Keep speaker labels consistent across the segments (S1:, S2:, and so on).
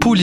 S1: Pool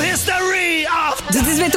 S2: Du 18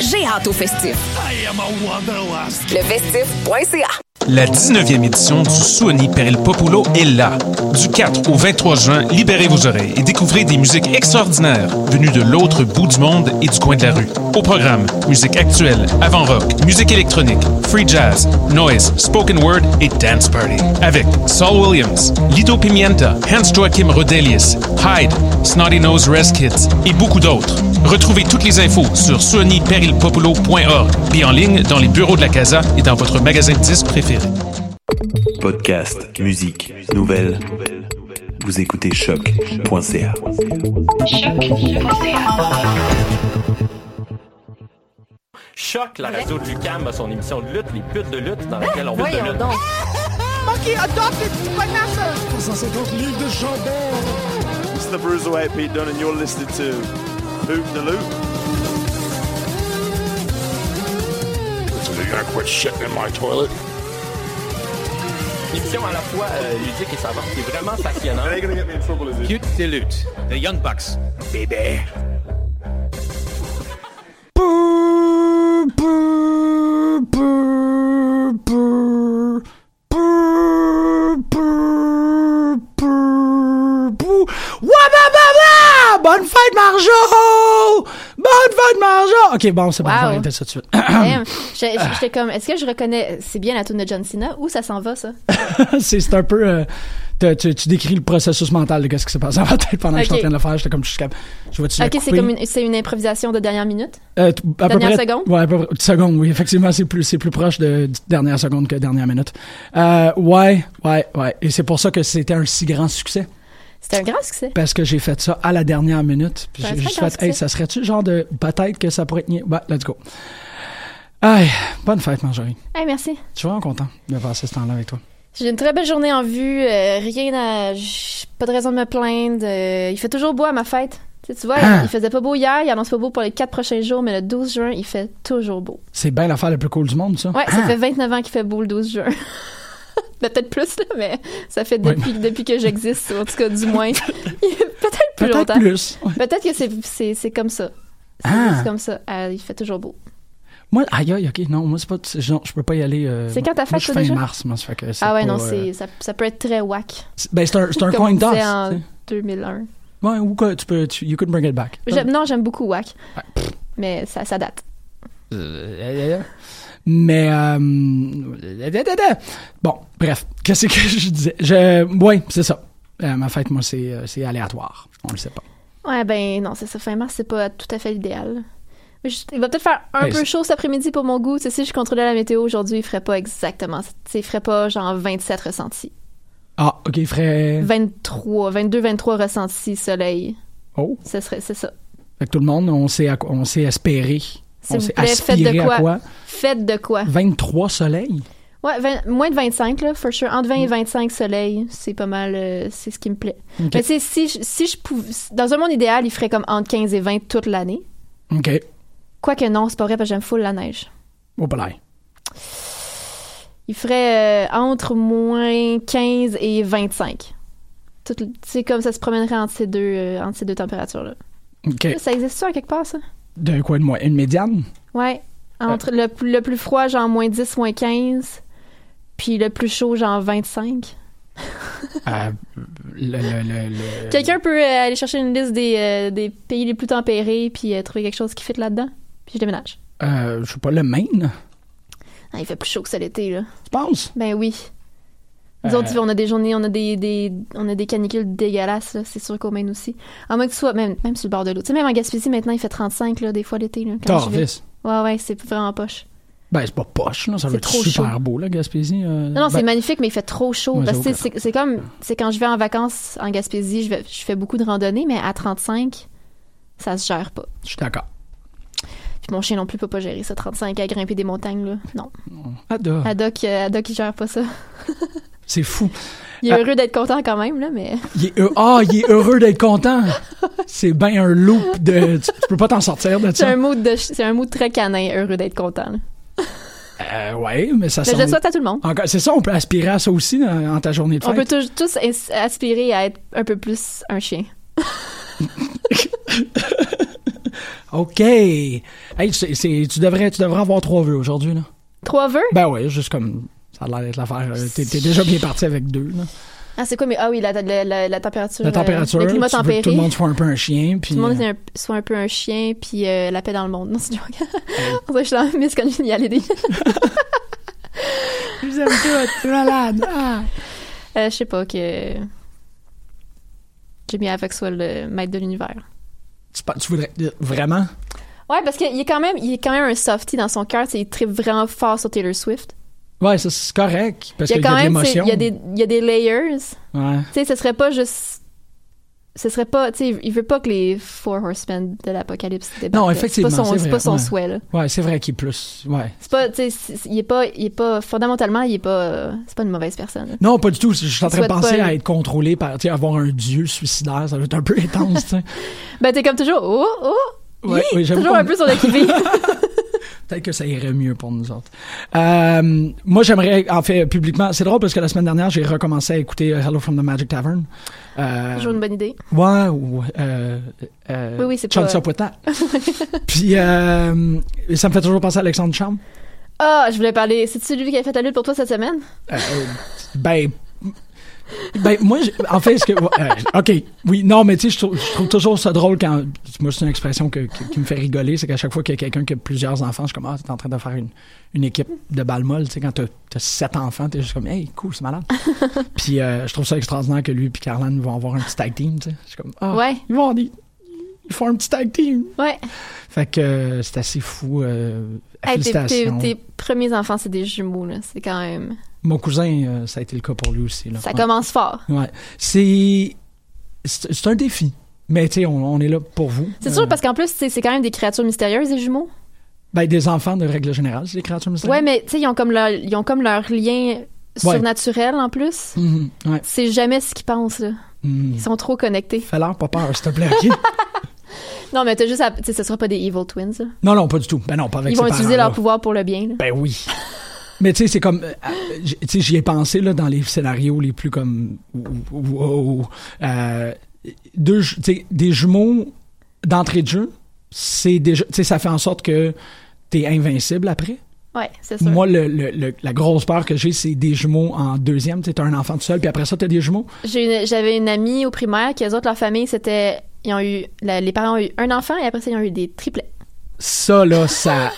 S2: J'ai hâte au festif. Lefestif.ca
S3: La 19e édition du Suoni per il Popolo est là. Du 4 au 23 juin, libérez vos oreilles et découvrez des musiques extraordinaires venues de l'autre bout du monde et du coin de la rue. Au programme, musique actuelle, avant-rock, musique électronique, free jazz, noise, spoken word et dance party. Avec Saul Williams, Lito Pimienta, Hans Joachim Rodelius, Hyde, Snotty Nose Res Kids et beaucoup d'autres. Retrouvez toutes les infos sur suoniperilpopolo.org puis en ligne dans les bureaux de la Casa et dans votre magasin de disques préféré.
S4: Podcast, musique, nouvelles. Vous écoutez choc.ca.
S5: Choc, la radio de Lucam a son émission de lutte, les putes de lutte, dans laquelle on va de lutte.
S6: Monkey, adopte les petites bonasses! 350 livres de chambon!
S7: It's the Bruiserweight Pete Dunne and you're listening to Hoop the Loop.
S8: You're gonna quit shitting in my toilet.
S5: Une émission à la fois euh, ludique et savante, qui est vraiment passionnante.
S9: Cute the Loot, The Young Bucks, baby.
S10: Wabababa! Bonne fête, Marjo! Bonne fête, Marjo! Ok, bon, c'est bon, on va
S11: Wow.
S10: arrêter ça tout de suite.
S11: Damn. J'étais j'étais comme, est-ce que je reconnais, c'est bien la tune de John Cena ou ça s'en va ça?
S10: c'est c'est un peu. euh, t'as- tu, tu décris le processus mental de ce qui s'est passé dans ma tête pendant que j'étais en
S11: Ok.
S10: train de le faire. J'étais comme, je suis capable. Je vois-tu la
S11: Ok, c'est
S10: couper?
S11: comme une, c'est une improvisation de dernière minute.
S10: Euh, t- à peu
S11: Dernière
S10: près,
S11: seconde?
S10: Ouais, à peu près- seconde, oui. Effectivement, c'est plus, c'est plus proche de, du dernière seconde que dernière minute. Euh, ouais, ouais, ouais. Et c'est pour ça que c'était un si grand succès.
S11: C'était un grand succès.
S10: Parce que j'ai fait ça à la dernière minute. Puis
S11: Ça
S10: j'ai
S11: serait
S10: juste
S11: grand
S10: fait, hey,
S11: succès.
S10: ça serait-tu le genre de. Peut-être que ça pourrait être. niais- Ouais, let's go. Aïe, bonne fête, Marjorie.
S11: Hey, merci.
S10: Je suis vraiment content de passer ce temps-là avec toi.
S11: J'ai une très belle journée en vue. euh, rien à. j'ai Pas de raison de me plaindre. euh, il fait toujours beau à ma fête. Tu, sais, tu vois,
S10: Hein?
S11: il faisait pas beau hier, il annonce pas beau pour les quatre prochains jours, mais le 12 juin, il fait toujours beau.
S10: C'est bien l'affaire la plus cool du monde, ça. Ah,
S11: Ouais, ça fait 29 ans qu'il fait beau le 12 juin. Ben, peut-être plus, là, mais ça fait depuis, depuis que j'existe, en tout cas, du moins. peut-être plus
S10: Peut-être
S11: longtemps.
S10: plus. Ouais.
S11: Peut-être que c'est- c'est c'est comme ça. C'est
S10: Ah.
S11: c'est comme ça. Ah, il fait toujours beau.
S10: Moi, aïe, aïe, ok, non, moi, c'est pas. c'est- non, je peux pas y aller. euh,
S11: C'est quand ta
S10: moi,
S11: fête,
S10: je suis
S11: toi,
S10: fin
S11: déjà?
S10: mars, moi, ça fait que c'est
S11: Ah
S10: pas,
S11: ouais, non,
S10: euh,
S11: c'est ça, ça peut être très whack.
S10: c'est- Ben, c'est un, c'est un
S11: Comme on
S10: coin
S11: disait
S10: d'os.
S11: en 2001.
S10: Ouais, ou quoi, tu peux. Tu, you could bring it back.
S11: J'aime- Non, j'aime beaucoup whack. Mais ça, ça date.
S10: Euh, Mais euh, bon, bref, qu'est-ce que je disais Je, ouais, c'est ça. Euh, ma fête, moi, c'est euh, c'est aléatoire. On le sait pas.
S11: Ouais, ben non, c'est ça. Fin mars, c'est pas tout à fait l'idéal. Mais je- Il va peut-être faire un
S10: Ben,
S11: peu
S10: c'est-
S11: chaud cet après-midi pour mon goût. Tu sais, si je contrôlais la météo aujourd'hui, il ferait pas exactement. ça. Tu sais, Il ferait pas genre 27 ressentis.
S10: Ah, ok, frère.
S11: 23, 22, 23 ressentis soleil.
S10: Oh,
S11: Ce serait, c'est ça.
S10: fait que tout le monde, on s'est à quoi- on s'est espéré,
S11: S'il
S10: on
S11: vous
S10: s'est
S11: plaît, faites
S10: aspiré
S11: de quoi.
S10: à quoi
S11: Faites de quoi.
S10: 23 soleils.
S11: Ouais, vingt- moins de 25, là, for sure. Entre 20 et 25 soleil, c'est pas mal, euh, c'est ce qui me plaît.
S10: Ok.
S11: Mais tu sais, si, je- si je pouvais. Dans un monde idéal, il ferait comme entre 15 et 20 toute l'année.
S10: Ok,
S11: Quoique non, c'est pas vrai, parce que j'aime full la neige.
S10: au palais.
S11: Il ferait euh, entre moins 15 et 25. Tout le- Tu sais, comme ça se promènerait entre ces deux, euh, entre ces deux températures-là.
S10: Ok,
S11: Ça existe ça quelque part, ça?
S10: de quoi de moi Une médiane
S11: Ouais. Entre le, p- le plus froid, genre moins 10, moins 15, puis le plus chaud, genre 25.
S10: Euh, le- le- le- le-
S11: Quelqu'un peut euh, aller chercher une liste des, euh, des pays les plus tempérés, puis euh, trouver quelque chose qui fit là-dedans, puis je déménage.
S10: Euh, je sais pas, le Maine?
S11: Ah, il fait plus chaud que ça l'été, là.
S10: Tu penses?
S11: Ben oui. Nous
S10: Euh.
S11: autres, on a des journées, on a des, des- on a des canicules dégueulasses, là, c'est sûr qu'au Maine aussi. À moins que tu sois, même, même sur le bord de l'eau. Tu sais, même en Gaspésie, maintenant, il fait 35, là, des fois l'été. là, quand j'y vais.
S10: Torvis.
S11: Ouais, ouais, c'est vraiment poche.
S10: Ben, c'est pas poche, là. Ça
S11: C'est
S10: va être
S11: trop
S10: super
S11: chaud.
S10: beau, là, Gaspésie. euh,
S11: Non, non, c'est
S10: ben,
S11: magnifique, mais il fait trop chaud.
S10: Ouais,
S11: Parce
S10: c'est
S11: que c'est c'est comme, c'est quand je vais en vacances en Gaspésie, je, vais- je fais beaucoup de randonnées, mais à 35, ça se gère pas.
S10: Je suis d'accord.
S11: Puis mon chien non plus peut pas gérer ça, 35 à grimper des montagnes, là. Non.
S10: Adore.
S11: Adoc, euh, Adoc, il gère pas ça.
S10: C'est fou.
S11: Il est
S10: Ah.
S11: heureux d'être content quand même, là, mais.
S10: Il est, heu- ah, il est heureux d'être content. C'est bien un loop de. Tu, tu peux pas t'en sortir de
S11: C'est
S10: ça.
S11: un mot de, c'est un mot très canin, heureux d'être content. là.
S10: Euh, ouais, mais ça
S11: Mais Ben, je
S10: semble-
S11: le souhaite à tout le monde.
S10: Encore- C'est ça, on peut aspirer à ça aussi dans, en ta journée de
S11: On
S10: fête.
S11: peut tous, tous ins- aspirer à être un peu plus un chien.
S10: OK. Hey, c'est- c'est- tu, devrais, tu devrais avoir trois vœux aujourd'hui, là.
S11: Trois vœux?
S10: Ben ouais, juste comme. Ça a l'air d'être l'affaire. euh, T'es t'es déjà bien parti avec deux, là.
S11: Ah, c'est quoi, mais ah oui, la, la- la- la température.
S10: La
S11: euh,
S10: température,
S11: le
S10: tu veux
S11: climat tempéré.
S10: que tout le monde soit un peu un chien, puis.
S11: Tout le monde
S10: euh,
S11: est un- soit un peu un chien, puis euh, la paix dans le monde. Non, c'est une joke. On dirait que je suis dans la miss quand je n'y allais déjà.
S10: Je vous aime toutes, malade. Ah.
S11: Euh, je sais pas que. J'ai bien avec soit le maître de l'univers.
S10: tu, pa- tu voudrais. euh, Vraiment?
S11: Ouais, parce qu'il est quand même, il est quand même un softie dans son cœur. tu sais, Il tripe vraiment fort sur Taylor Swift.
S10: Ouais, ça, c'est correct. Parce
S11: il y
S10: qu'il
S11: a
S10: y a
S11: quand
S10: de
S11: même, tu sais,
S10: l'émotion.
S11: il y a des, il y a des layers.
S10: Ouais.
S11: Tu sais, ce serait pas juste. Ce serait pas. Tu sais, il veut pas que les Four Horsemen de l'Apocalypse débarquent.
S10: Non,
S11: là.
S10: effectivement.
S11: C'est pas son,
S10: vrai,
S11: c'est pas son
S10: ouais.
S11: souhait, là.
S10: Ouais, c'est vrai qu'il est plus. Ouais.
S11: C'est pas. Tu sais, c'est- il est pas. Il est pas. Fondamentalement, il est pas. euh, C'est pas une mauvaise personne. là.
S10: Non, pas du tout. Je suis en train de
S11: Souhaite pas,
S10: penser
S11: là.
S10: à être contrôlé par. Tu sais, avoir un dieu suicidaire, ça doit être un peu intense, tu sais.
S11: Ben, t'es comme toujours. Oh, oh!
S10: Ouais,
S11: hi,
S10: oui, j'avoue
S11: toujours
S10: qu'on-
S11: un peu sur le qui
S10: Peut-être que ça irait mieux pour nous autres. Euh, moi, j'aimerais, en fait, publiquement, c'est drôle parce que la semaine dernière, j'ai recommencé à écouter euh, Hello from the Magic Tavern. Euh,
S11: Toujours une bonne idée.
S10: Ouais, ouais, euh, euh,
S11: Oui, oui, c'est
S10: Chauncey
S11: pas-
S10: Poitin. Puis, euh, ça me fait toujours penser à Alexandre Charme.
S11: Ah, je voulais parler. C'est-tu lui qui a fait la lutte pour toi cette semaine?
S10: Euh, euh, ben, ben, moi, j'ai- en fait, ce que. euh, OK. Oui, non, mais tu sais, je trouve, je trouve toujours ça drôle quand. Moi, c'est une expression que- qui, qui me fait rigoler. C'est qu'à chaque fois qu'il y a quelqu'un qui a plusieurs enfants, je suis comme, ah, t'es en train de faire une, une équipe de balle molle. Tu sais, quand t'as t'as sept enfants, t'es juste comme, hey, cool, c'est malade. puis, euh, je trouve ça extraordinaire que lui et Carlan vont avoir un petit tag team. Tu sais, je suis comme, ah,
S11: Ouais.
S10: ils vont des- ils font un petit tag team.
S11: Ouais.
S10: Fait que euh, c'est assez fou. euh,
S11: Hey, tes- tes,
S10: félicitations.
S11: tes premiers enfants, c'est des jumeaux, là. C'est quand même.
S10: Mon cousin, euh, ça a été le cas pour lui aussi. Là.
S11: Ça
S10: Ouais.
S11: commence fort.
S10: Ouais. C'est. C'est c'est un défi. Mais tu sais, on, on est là pour vous.
S11: C'est
S10: Euh,
S11: sûr, parce qu'en plus, tu sais, c'est quand même des créatures mystérieuses, les jumeaux.
S10: Ben, des enfants, de règle générale, c'est des créatures
S11: Ouais,
S10: mystérieuses.
S11: mais tu sais, ils ont comme leur, ils ont comme leur lien surnaturel en plus.
S10: Mhm, ouais.
S11: C'est jamais ce qu'ils pensent, là.
S10: Mhm.
S11: Ils sont trop connectés.
S10: Fais leur pas peur, s'il te plaît, OK?
S11: Non, mais t'as juste à. Tu sais, ce sera pas des Evil Twins, là.
S10: non, non, pas du tout. Ben non, pas avec
S11: Ils
S10: ces
S11: vont utiliser
S10: parents-là.
S11: leur pouvoir pour le bien, là.
S10: Ben oui. Mais tu sais, c'est comme. euh, euh, j- tu sais, j'y ai pensé là, dans les scénarios les plus comme. Wow. Euh, deux, ju- tu sais, des jumeaux d'entrée de jeu, c'est déjà. Tu sais, ça fait en sorte que t'es invincible après.
S11: Ouais, c'est sûr.
S10: Moi, le, le- le- la grosse peur que j'ai, c'est des jumeaux en deuxième. Tu sais, t'as un enfant tout seul, puis après ça, t'as des jumeaux.
S11: J'ai une- J'avais une amie au primaire, qu'elles autres, leur famille, c'était. Ils ont eu. la- les parents ont eu un enfant et après ça, ils ont eu des triplets.
S10: Ça, là, ça.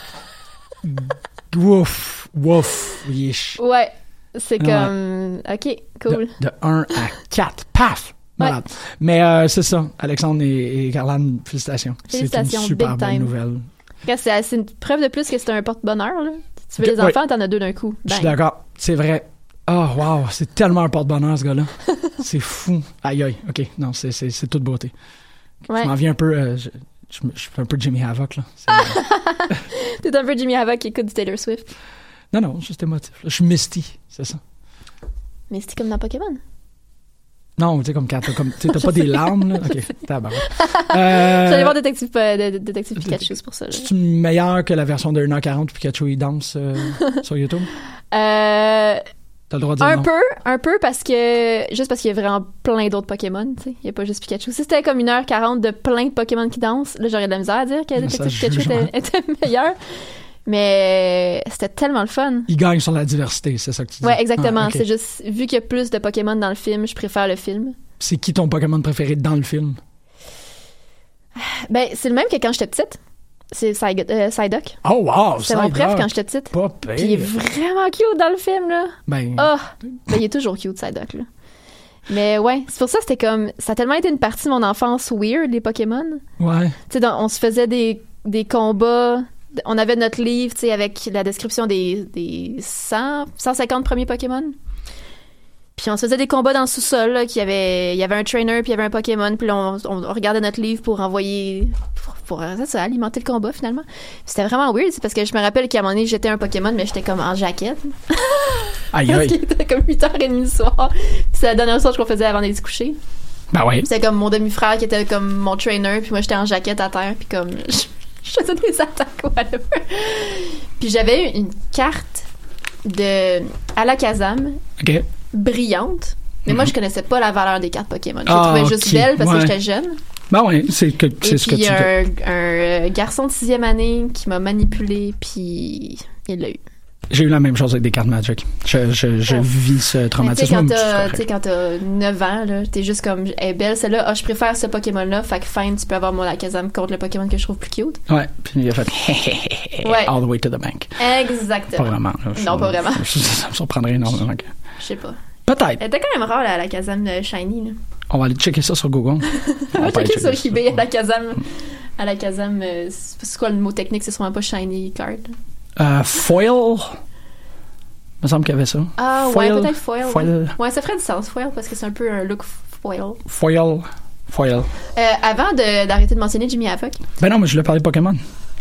S10: Wouf, wouf, yeesh.
S11: Ouais. C'est
S10: Ouais.
S11: comme. Ok, Oh, cool.
S10: De 1 à 4. Paf! Malade. Mais euh, c'est ça, Alexandre et, et Carlane, félicitations. C'est
S11: Félicitations,
S10: une super
S11: big
S10: bonne
S11: time.
S10: nouvelle.
S11: Regarde, C'est c'est une preuve de plus que c'est un porte-bonheur, là. Tu veux
S10: Ok,
S11: les
S10: ouais.
S11: enfants, t'en as deux d'un coup.
S10: Je suis
S11: Bang.
S10: d'accord, c'est vrai. Oh, wow, c'est tellement un porte-bonheur, ce gars-là. c'est fou. Aïe, aïe, ok, non, c'est- c'est c'est toute beauté.
S11: Ouais.
S10: Je m'en viens un peu. euh, je, je me- je suis un peu Jimmy Havoc, là. C'est-
S11: T'es un peu Jimmy Havoc qui écoute du Taylor Swift.
S10: Non, non, juste émotif. là. Je suis Misty, c'est ça.
S11: Mais c'est comme dans Pokémon.
S10: Non, tu sais, comme quand t'as comme- tu sais, t'as
S11: Je
S10: pas des
S11: sais.
S10: larmes, là. Ok, tabarouette.
S11: J'allais
S10: Euh,
S11: voir Détective, euh, Dé- Dé- Détective Pikachu, c'est pour ça. là.
S10: C'est-tu meilleur que la version de 1h40 Pikachu il danse euh, sur YouTube?
S11: Euh,
S10: T'as le droit de dire
S11: un
S10: non.
S11: peu, un peu parce que juste parce qu'il y a vraiment plein d'autres Pokémon, tu sais, il n'y a pas juste Pikachu. Si c'était comme 1h40 de plein de Pokémon qui dansent, là j'aurais de la misère à dire que
S10: Mais ça
S11: Détective Pikachu
S10: juge,
S11: était,
S10: ouais.
S11: était meilleur. Mais c'était tellement le fun.
S10: Ils gagnent sur la diversité, c'est ça que tu dis?
S11: Ouais, exactement.
S10: Ah, ok.
S11: C'est juste, vu qu'il y a plus de Pokémon dans le film, je préfère le film.
S10: C'est qui ton Pokémon préféré dans le film?
S11: Ben, c'est le même que quand j'étais petite. C'est Psy- euh, Psyduck.
S10: Oh, wow!
S11: C'est mon préf
S10: préf
S11: quand j'étais petite.
S10: Pas
S11: Puis il est
S10: pire.
S11: vraiment cute dans le film, là.
S10: Ben,
S11: Ah! Ben, il est toujours cute, Psyduck, là. Mais ouais, c'est pour ça que c'était comme. Ça a tellement été une partie de mon enfance weird, les Pokémon.
S10: ouais.
S11: Tu sais, dans- on se faisait des, des combats. On avait notre livre, tu sais, avec la description des, des 100, 150 premiers Pokémon. Puis on se faisait des combats dans le sous-sol, là, qu'il y avait, il y avait un trainer, puis il y avait un Pokémon, puis là, on, on- on regardait notre livre pour envoyer, pour, pour- ça, ça, alimenter le combat, finalement. Puis c'était vraiment weird, c'est parce que je me rappelle qu'à un moment donné, j'étais un Pokémon, mais j'étais comme en jaquette.
S10: Aïe,
S11: Parce
S10: aïe.
S11: qu'il était comme 8h30 du soir. Puis c'est la dernière chose qu'on faisait avant d'aller se coucher.
S10: Ben ouais.
S11: C'était comme mon demi-frère qui était comme mon trainer, puis moi j'étais en jaquette à terre, puis comme je, je faisais des attaques, whatever. Puis j'avais une carte de Alakazam
S10: OK.
S11: brillante, mais moi je connaissais pas la valeur des cartes Pokémon. Je les
S10: Mhm. Ah,
S11: trouvais juste
S10: ok,
S11: belle parce
S10: ouais.
S11: que j'étais jeune.
S10: Ben ouais, c'est que-
S11: Et
S10: c'est ce que tu
S11: puis il y a
S10: fais.
S11: un, un, euh, garçon de sixième année qui m'a manipulé, puis il l'a eu.
S10: J'ai eu la même chose avec des cartes Magic. Je, je, je
S11: Oh.
S10: vis ce
S11: Mais Tu sais,
S10: traumatisme.
S11: quand
S10: mais c'est
S11: t'as-
S10: correct.
S11: tu sais, quand t'as 9 ans, là, t'es juste comme, elle est belle celle-là, ah, je préfère ce Pokémon-là, fait que fine, tu peux avoir mon Alakazam contre le Pokémon que je trouve plus cute.
S10: Ouais, puis il a fait hé,
S11: Ouais.
S10: all the way to the bank.
S11: Exactement.
S10: Pas vraiment. là. Je-
S11: Non, pas vraiment.
S10: ça me surprendrait énormément. que-
S11: Je sais pas.
S10: Peut-être.
S11: Elle était quand même rare, la, la Kazam de Shiny. Là.
S10: On va aller checker ça sur Google.
S11: On va
S10: peut aller
S11: checker sur
S10: checker
S11: eBay à la Kazam. À la Kazam, euh, c'est c'est quoi le mot technique C'est sûrement pas Shiny Card. là.
S10: Euh, foil. Il me semble qu'il y avait ça.
S11: Ah, ouais, peut-être Foil. ouais.
S10: Foil.
S11: Ouais, ça ferait du sens, Foil, parce que c'est un peu un look Foil. Euh,
S10: Foil. Foil.
S11: avant de- d'arrêter de, mentionner Jimmy Havoc,
S10: Ben non, mais je voulais parler Pokémon.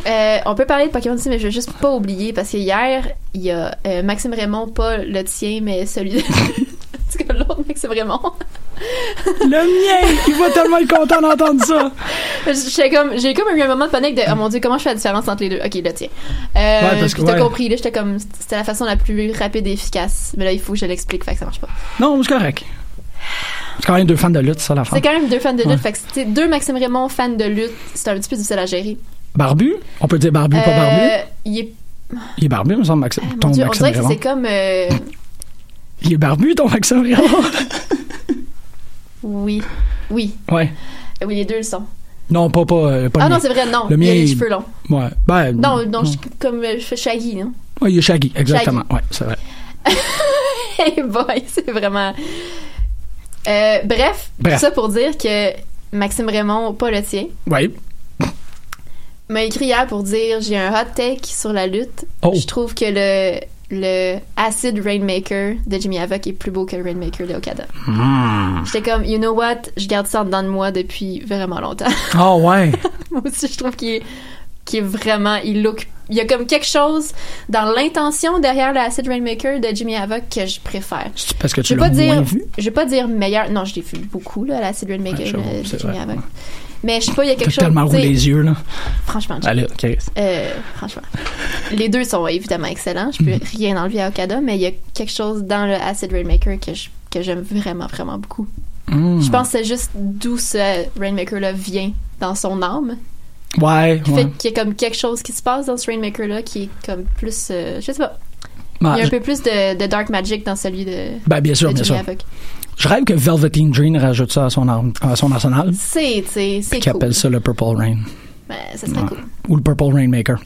S11: euh, on peut parler de Pokémon aussi, mais je veux juste pas oublier, parce que hier, il y a euh, Maxime Raymond, pas le tien, mais celui de. en tout cas, l'autre Maxime Raymond.
S10: Le mien! Il va tellement être content d'entendre ça!
S11: J'étais comme- J'ai comme, eu un moment de panique de oh mon dieu, comment je fais la différence entre les deux? Ok, là, tiens. Euh,
S10: Ouais, parce que,
S11: puis t'as
S10: ouais.
S11: compris, là, j'étais comme, c'était la façon la plus rapide et efficace. Mais là, il faut que je l'explique, fait que ça marche pas.
S10: Non, c'est correct. C'est quand même deux fans de lutte, ça, la fin.
S11: C'est quand même deux fans de lutte,
S10: Ouais.
S11: fait que c'était deux Maxime Raymond fans de lutte, c'est un petit peu difficile à gérer.
S10: Barbu? On peut dire barbu, pas
S11: Euh,
S10: barbu?
S11: il est, ah,
S10: Il est barbu, il me semble, Maxime.
S11: mon
S10: ton
S11: dieu, on
S10: Maxime
S11: dirait que
S10: Raymond.
S11: c'est comme, euh,
S10: Il est barbu, ton Maxime Raymond?
S11: oui, oui,
S10: ouais.
S11: oui, les deux le sont.
S10: Non, pas, pas, euh, pas
S11: ah
S10: le
S11: non,
S10: mien.
S11: c'est vrai, non,
S10: Le
S11: il
S10: mien,
S11: a les cheveux longs.
S10: Ouais. Ben,
S11: Non, non, je- comme euh, je fais Shaggy, non?
S10: Ouais, il est shaggy, exactement. Ouais, c'est vrai.
S11: Hey boy, c'est vraiment. Euh, bref,
S10: Bref.
S11: tout ça pour dire que Maxime Raymond, pas le tien,
S10: Ouais.
S11: m'a écrit hier pour dire j'ai un hot take sur la lutte.
S10: Oh.
S11: Je trouve que le le Acid Rainmaker de Jimmy Havoc est plus beau que le Rainmaker de Okada.
S10: Hmm.
S11: J'étais comme you know what, je garde ça en dedans de moi depuis vraiment longtemps.
S10: Ah ouais.
S11: moi aussi, je trouve qu'il est qu'il est vraiment il look il y a comme quelque chose dans l'intention derrière le Acid Rainmaker de Jimmy Havoc que je préfère.
S10: C'est Parce que
S11: Je
S10: tu
S11: vais pas
S10: l'as moins
S11: dire,
S10: vu.
S11: je vais pas dire meilleur. Non, je l'ai vu beaucoup là, à la Sidred
S10: Ouais,
S11: Maker
S10: j'avoue,
S11: de
S10: c'est
S11: Jimmy
S10: vrai,
S11: Havoc.
S10: ouais.
S11: Mais je sais pas, il y a
S10: T'as
S11: quelque chose.
S10: tellement
S11: tu sais,
S10: roulé les yeux, là.
S11: Franchement, je-
S10: Allez, OK.
S11: euh, franchement, les deux sont évidemment excellents. Je peux
S10: Mhm.
S11: rien enlever à Okada, mais il y a quelque chose dans le Acid Rainmaker que je- que j'aime vraiment vraiment beaucoup.
S10: Hmm.
S11: Je pense que c'est juste d'où ce Rainmaker là vient dans son âme.
S10: Ouais,
S11: Qui
S10: ouais.
S11: Fait qu'il y a comme quelque chose qui se passe dans ce Rainmaker là qui est comme plus, euh, je sais pas,
S10: Ouais,
S11: il y a un
S10: je-
S11: peu plus de, de dark magic dans celui de.
S10: Ben, bien sûr,
S11: de
S10: bien
S11: Jimmy
S10: sûr.
S11: Havoc.
S10: Je rêve que Velveteen Dream rajoute ça à son, arme- à son arsenal,
S11: C'est, tu sais, c'est
S10: puis
S11: cool.
S10: qu'il appelle ça le Purple Rain.
S11: Ben, ça serait
S10: Ouais.
S11: cool.
S10: Ou le Purple Rainmaker.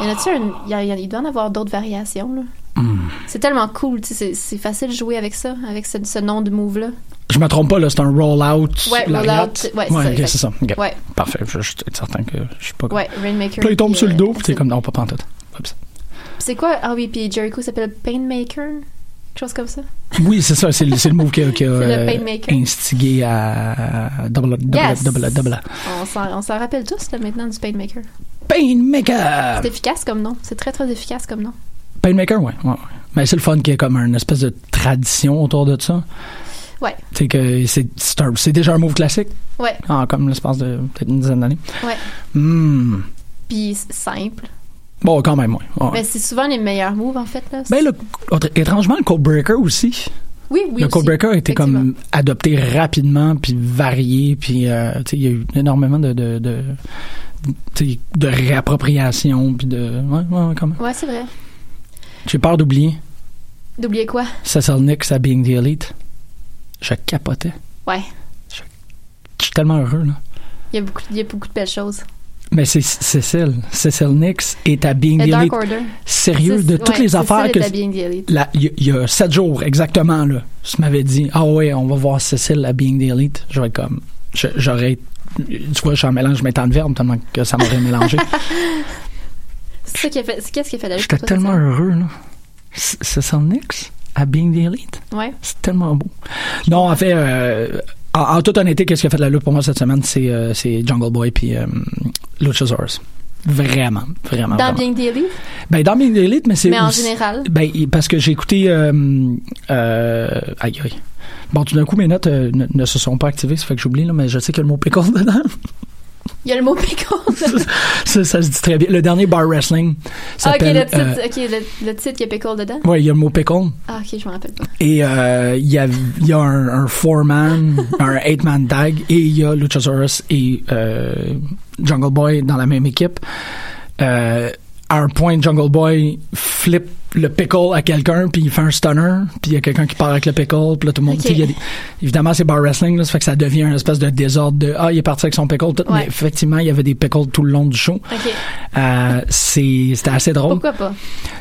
S11: Il y en a-tu un- il y a- il y en- il doit en avoir d'autres variations, là.
S10: Hmm.
S11: C'est tellement cool, tu sais, c'est- c'est facile de jouer avec ça, avec ce, ce nom de move-là.
S10: Je me trompe pas, là, c'est un roll-out.
S11: Ouais,
S10: lariat.
S11: roll-out, ouais, c'est
S10: ouais,
S11: ça,
S10: ok,
S11: exact.
S10: c'est ça. Ok.
S11: Ouais.
S10: Parfait, je je suis certain que je suis pas.
S11: Ouais, Rainmaker.
S10: Puis là, il tombe
S11: puis,
S10: sur le
S11: euh,
S10: dos, puis t'es comme, non, pas pantoute. Oups.
S11: C'est quoi? Ah oui, puis Jericho s'appelle Painmaker? Quelque chose comme ça?
S10: Oui, c'est ça, c'est le, c'est le move qui a, qui a,
S11: C'est le
S10: euh,
S11: Painmaker.
S10: instigé à double, double,
S11: Yes.
S10: double, double.
S11: On s'en on s'en rappelle tous, là, maintenant, du Painmaker.
S10: Painmaker!
S11: C'est efficace comme nom. C'est très, très efficace comme nom.
S10: Painmaker, ouais, ouais, ouais. Mais c'est le fun qu'il y ait comme une espèce de tradition autour de ça.
S11: Ouais,
S10: C'est que c'est c'est un- c'est déjà un move classique,
S11: ouais,
S10: en comme l'espace de peut-être une dizaine d'années.
S11: ouais.
S10: Hmm.
S11: Puis c'est simple.
S10: Bon, quand même, ouais. ouais.
S11: Mais c'est souvent les meilleurs moves, en fait, là.
S10: Ben, le, autre- étrangement, le Code Breaker aussi.
S11: oui, oui,
S10: le
S11: aussi.
S10: Code Breaker a été comme adopté rapidement, puis varié, puis euh, tu sais, il y a eu énormément de, de, de- t'sais, de réappropriation, puis de. Ouais, ouais, ouais, quand même.
S11: Ouais, c'est vrai.
S10: J'ai peur d'oublier.
S11: D'oublier quoi?
S10: Cecil Nix à Being the Elite. Je capotais.
S11: Ouais.
S10: Je suis tellement heureux, là.
S11: Il y a beaucoup, il y a beaucoup de belles choses.
S10: Mais c'est Cécile. Cécile Nix est à Being
S11: Le
S10: the
S11: Dark
S10: Elite.
S11: Order.
S10: Sérieux, de
S11: C'est-
S10: toutes
S11: ouais,
S10: les
S11: Cécile
S10: affaires
S11: est
S10: que.
S11: à Being the Elite.
S10: La- Il y a- il y, a sept jours, exactement, là. Je m'avais dit, ah ouais, on va voir Cécile à Being the Elite. J'aurais comme. je- J'aurais. Tu vois, je suis en mélange, je mets tant de verbes tellement que ça m'aurait mélangé.
S11: C'est ça qui a fait. c'est- Qu'est-ce qui a fait la lutte
S10: J'étais
S11: pour toi,
S10: tellement heureux, là. C- Cécile Nix à Being the Elite.
S11: Cécile? Ouais.
S10: C'est tellement beau. Non, en fait, euh, en, en toute honnêteté, qu'est-ce qui a fait de la lutte pour moi cette semaine, c'est euh, c'est Jungle Boy puis euh, Luchasaurus. Vraiment, vraiment.
S11: Dans
S10: vraiment.
S11: Being the Elite?
S10: Ben, dans Being the Elite, mais c'est.
S11: Mais en
S10: aussi-
S11: général?
S10: Ben, il- parce que j'ai écouté. euh, euh, aïe, aïe. Bon, tout d'un coup, mes notes euh, ne, ne se sont pas activées, ça fait que j'oublie, là, mais je sais qu'il y a le mot pickle dedans.
S11: Il y a le mot pickle.
S10: ça, ça se dit très bien. Le dernier bar wrestling
S11: Ah, ok,
S10: s'appelle.
S11: le titre,
S10: euh,
S11: ok, le, le titre, il y a pickle dedans?
S10: ouais, il y a le mot pickle.
S11: Ah, ok, je me rappelle pas.
S10: Et euh, il y a, il y a un, un four-man, un eight-man tag, et il y a Luchasaurus et euh, Jungle Boy dans la même équipe. Euh, à un point, Jungle Boy flippe le pickle à quelqu'un, puis il fait un stunner, puis il y a quelqu'un qui part avec le pickle, puis là tout le monde...
S11: Ok.
S10: tu sais, il y a des- évidemment, c'est bar wrestling, là, ça fait que ça devient un espèce de désordre de « Ah, il est parti avec son pickle », tout,
S11: Ouais.
S10: mais effectivement, il y avait des pickles tout le long du show.
S11: Ok.
S10: Euh, c'est- C'était assez drôle.
S11: Pourquoi pas?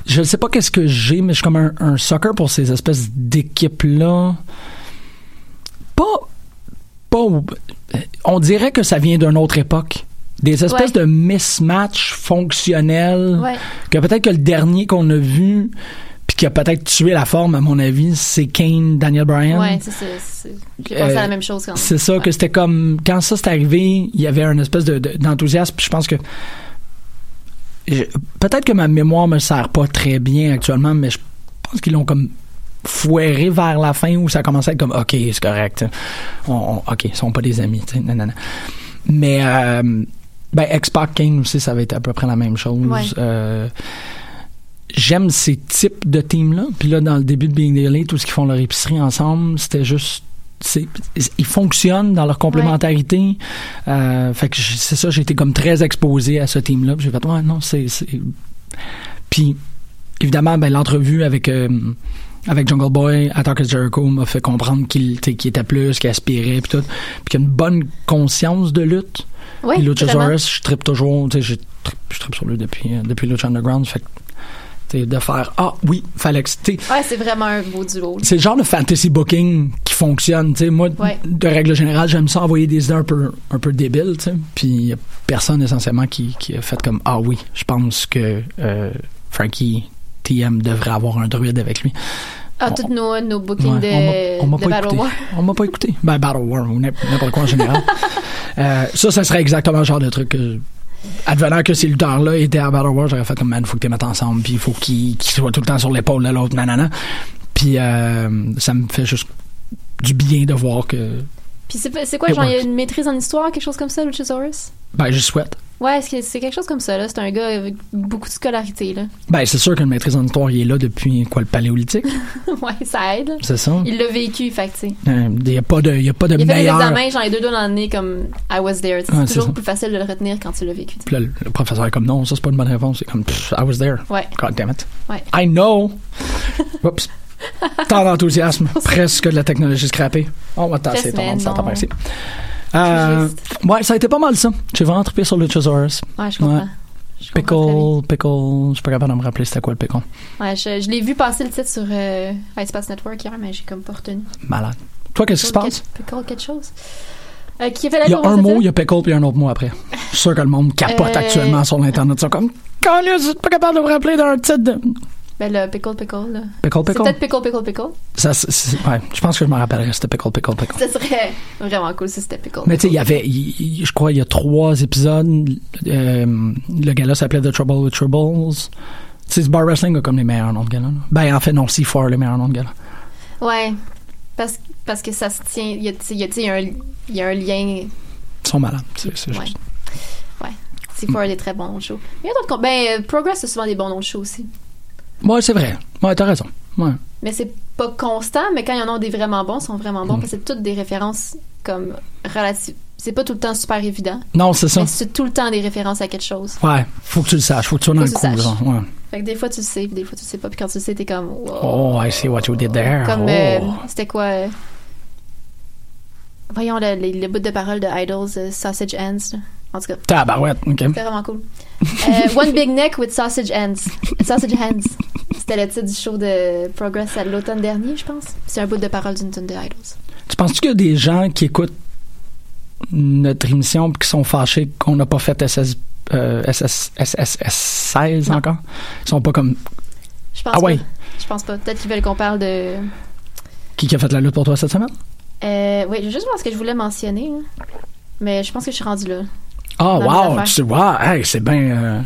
S10: Je ne sais pas qu'est-ce que j'ai, mais je suis comme un, un sucker pour ces espèces d'équipes-là. Pas, pas. On dirait que ça vient d'une autre époque. Des espèces
S11: Ouais.
S10: de mismatch fonctionnels.
S11: Ouais.
S10: Que peut-être que le dernier qu'on a vu, puis qui a peut-être tué la forme, à mon avis, c'est Kane, Daniel Bryan.
S11: Ouais, c'est ça. c'est- J'ai pensé à
S10: Euh,
S11: la même chose quand
S10: C'est ça, que c'était comme. Quand ça c'est arrivé, il y avait un espèce de- de- d'enthousiasme. puis je pense que. je- Peut-être que ma mémoire me sert pas très bien actuellement, mais je pense qu'ils l'ont comme fouéré vers la fin où ça commençait à être comme OK, c'est correct. tu sais. On- on- OK, ils sont pas des amis. tu sais, nanana. Mais. euh, ben, X-Pac Kane aussi, ça va être à peu près la même chose.
S11: Ouais.
S10: Euh, J'aime ces types de teams-là. Puis là, dans le début de Being Daily, tout ce qu'ils font leur épicerie ensemble, c'était juste. c'est- Ils fonctionnent dans leur complémentarité. Euh, fait que j- c'est ça, j'ai été comme très exposé à ce team-là. Puis J'ai fait, ouais, non, c'est. c'est- Puis, évidemment, ben, l'entrevue avec. euh, avec Jungle Boy, Attack of Jericho m'a fait comprendre qu'il tu sais, qu'il était plus, qu'il aspirait, puis tout. Puis qu'il a une bonne conscience de lutte.
S11: Oui,
S10: Puis
S11: vraiment.
S10: Luchasaurus, je trippe toujours, tu sais, je trippe, je trippe sur lui depuis, euh, depuis Lucha Underground. Fait que, tu sais, de faire Ah oui, fallait que. tu sais,
S11: Ouais, c'est vraiment un beau duo. là.
S10: c'est le genre de fantasy booking qui fonctionne. tu sais. Moi,
S11: Ouais.
S10: de règle générale, j'aime ça envoyer des idées un peu, un peu débiles. tu sais. Puis il y a personne essentiellement qui, qui a fait comme Ah oui, je pense que euh, Frankie TM devrait avoir un druide avec lui.
S11: Ah,
S10: On-
S11: tous nos, nos bookings
S10: Ouais,
S11: de,
S10: on m'a- on m'a
S11: de
S10: pas
S11: Battle
S10: écouté.
S11: War.
S10: On m'a pas écouté. Ben, Battle War ou n'imp- n'importe quoi en général. Euh, ça, ça serait exactement le genre de truc que. Advenant que ces lutteurs-là étaient à Battle War, j'aurais fait comme, man, faut que tu mettes ensemble, puis il faut qu'ils qu'ils soient tout le temps sur l'épaule de l'autre, nanana. Puis euh, ça me fait juste du bien de voir que.
S11: Puis c'est pas- c'est quoi,
S10: It
S11: genre, il y a
S10: works.
S11: une maîtrise en histoire, quelque chose comme ça, Luchasaurus?
S10: Ben, je souhaite.
S11: Ouais, est-ce que c'est quelque chose comme ça, là. C'est un gars avec beaucoup de scolarité, là.
S10: Ben, c'est sûr que le maîtrise en histoire, il est là depuis quoi, le paléolithique?
S11: ouais, ça aide.
S10: C'est ça?
S11: Il l'a vécu, fait que, tu sais.
S10: Euh, Il n'y a pas de, il y a pas de
S11: Il a fait des
S10: meilleur.
S11: examens, genre les deux doigts dans le nez, comme I was there. C'est
S10: Ouais, c'est
S11: toujours
S10: ça.
S11: plus facile de le retenir quand tu l'as vécu. tu
S10: Puis là, le le professeur est comme, non, ça, c'est pas une bonne réponse. C'est comme, Pff, I was there.
S11: sais. Ouais.
S10: God damn it.
S11: Ouais.
S10: I know. Oups. Tant d'enthousiasme, presque de la technologie scrappée. Oh, On va tasser
S11: Just
S10: ton monde,
S11: man,
S10: ça t'en
S11: non.
S10: ici. Euh, ouais, ça a été pas mal ça. J'ai vraiment trippé sur le Luchasaurus.
S11: Ouais, je comprends.
S10: Ouais. Pickle, pickle. Je suis pas capable de me rappeler c'était quoi le pickle.
S11: Ouais, je, je l'ai vu passer le titre sur euh, Espace Network hier, mais j'ai comme pas retenu.
S10: Malade. Toi, qu'est-ce qui se
S11: Pickle,
S10: passe?
S11: quelque- Pickle, quelque chose. Euh, qui a fait la
S10: Il y a
S11: courbe
S10: un
S11: cette
S10: mot,
S11: semaine?
S10: il y a pickle, puis il y a un autre mot après. Je suis sûr que le monde capote
S11: Euh,
S10: actuellement sur l'Internet. Ils sont comme, quand je suis pas capable de me rappeler d'un titre de.
S11: Ben, le pickle, pickle, là.
S10: Pickle,
S11: C'est
S10: pickle.
S11: peut-être pickle, pickle, pickle.
S10: Ça, c'est- c'est- ouais, je pense que je me rappellerai, c'était pickle, pickle, pickle.
S11: Ça serait vraiment cool si c'était pickle.
S10: Mais tu sais, il y avait, il- il- je crois, il y a trois épisodes. euh, le gala s'appelait The Trouble with Troubles. Tu sais, ce bar wrestling a comme les meilleurs noms de gala. là. Ben, en fait, non, C4 a les meilleurs noms de gala.
S11: Ouais. Parce, parce que ça se tient. Il y a, tu sais, il y a, tu sais, il y a un, il y a un lien.
S10: Ils sont malades. C'est c'est
S11: Ouais.
S10: juste.
S11: Ouais. C'est fort des très bons noms de show. Mais il y a d'autres. com- Ben, euh, Progress a souvent des bons noms de show aussi.
S10: Ouais, c'est vrai. Ouais, t'as raison. Ouais.
S11: Mais c'est
S10: Hmm.
S11: pas constant, mais quand il y en a des vraiment bons, ils sont vraiment bons. Parce que c'est toutes des références comme relatives. c'est pas tout le temps super évident.
S10: Non, c'est ça.
S11: Mais c'est tout le temps des références à quelque chose.
S10: Ouais, faut que tu le saches, faut que tu sois dans
S11: Faut
S10: le
S11: que tu
S10: coup.
S11: saches.
S10: genre, ouais.
S11: Fait que des fois, tu le sais, puis des fois, tu le sais pas. Puis quand tu le sais, t'es comme... wow.
S10: Oh, I see what you did there.
S11: Comme...
S10: Oh.
S11: euh, C'était quoi... euh, Voyons le, le- le bout de parole de Idols, euh, Sausage Ends. là. En tout cas.
S10: Tabarouette, ok.
S11: C'était vraiment cool. Euh, One Big Neck with Sausage Hands. Sausage Hands. C'était le titre du show de Progress à l'automne dernier, je pense. C'est un bout de parole d'une tune de Idols.
S10: Tu penses-tu qu'il y a des gens qui écoutent notre émission et qui sont fâchés qu'on n'a pas fait SS, euh, SS, SSS 16 encore? Ils sont pas comme
S11: Je pense
S10: Ah ouais.
S11: pas. Je pense pas. Peut-être qu'ils veulent qu'on parle de.
S10: qui, qui a fait la lutte pour toi cette semaine?
S11: Euh, oui, je juste voir ce que je voulais mentionner. là. Mais je pense que je suis rendue là.
S10: Ah,
S11: Dans mes
S10: wow!
S11: affaires.
S10: Tu wow! Hey, c'est bien. euh,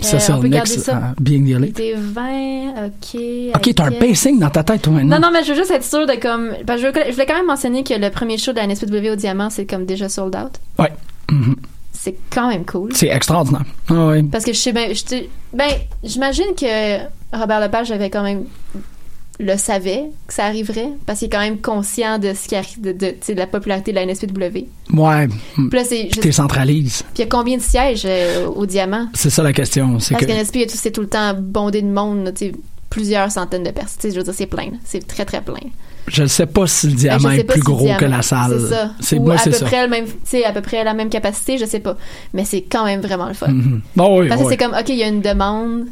S10: ça,
S11: Euh,
S10: c'est
S11: on
S10: le
S11: peut
S10: next,
S11: garder ça.
S10: euh, Being the
S11: Il
S10: Elite.
S11: était 20, ok.
S10: Ok, t'as un
S11: Avec-
S10: pacing dans ta tête, toi, maintenant.
S11: Non, non, mais je veux juste être sûre de comme. parce que je, voulais- je voulais quand même mentionner que le premier show de la NSPW au Diamant, c'est comme déjà sold out.
S10: Ouais. Mhm.
S11: C'est quand même cool.
S10: C'est extraordinaire. Ah, ouais.
S11: Parce que je sais bien. je sais- Ben, j'imagine que Robert Lepage avait quand même. le savait que ça arriverait. Parce qu'il est quand même conscient de ce qui arri- de, de, tu sais, de la popularité de la NSPW.
S10: Ouais.
S11: Puis là, c'est.
S10: Puis t'es centralise.
S11: Puis il y a combien de sièges euh, au Diamant?
S10: C'est ça la question. C'est
S11: Parce
S10: que.
S11: que NSP, il y a tout- c'est tout le temps bondé de monde, là, tu sais, plusieurs centaines de personnes. Tu sais, Je veux dire, c'est plein. là. C'est très, très plein.
S10: Je ne sais pas si le
S11: Fait que Ben, je
S10: diamant
S11: sais
S10: est
S11: pas
S10: plus
S11: si
S10: gros
S11: diamant-
S10: que la salle.
S11: C'est ça.
S10: C'est
S11: Ou
S10: moi,
S11: à
S10: c'est
S11: peu
S10: ça.
S11: près le même, tu sais, à peu près la même capacité, je sais pas. Mais c'est quand même vraiment le fun.
S10: Mhm. Bon, oui,
S11: Parce que
S10: oui.
S11: c'est comme, ok, il y a une demande.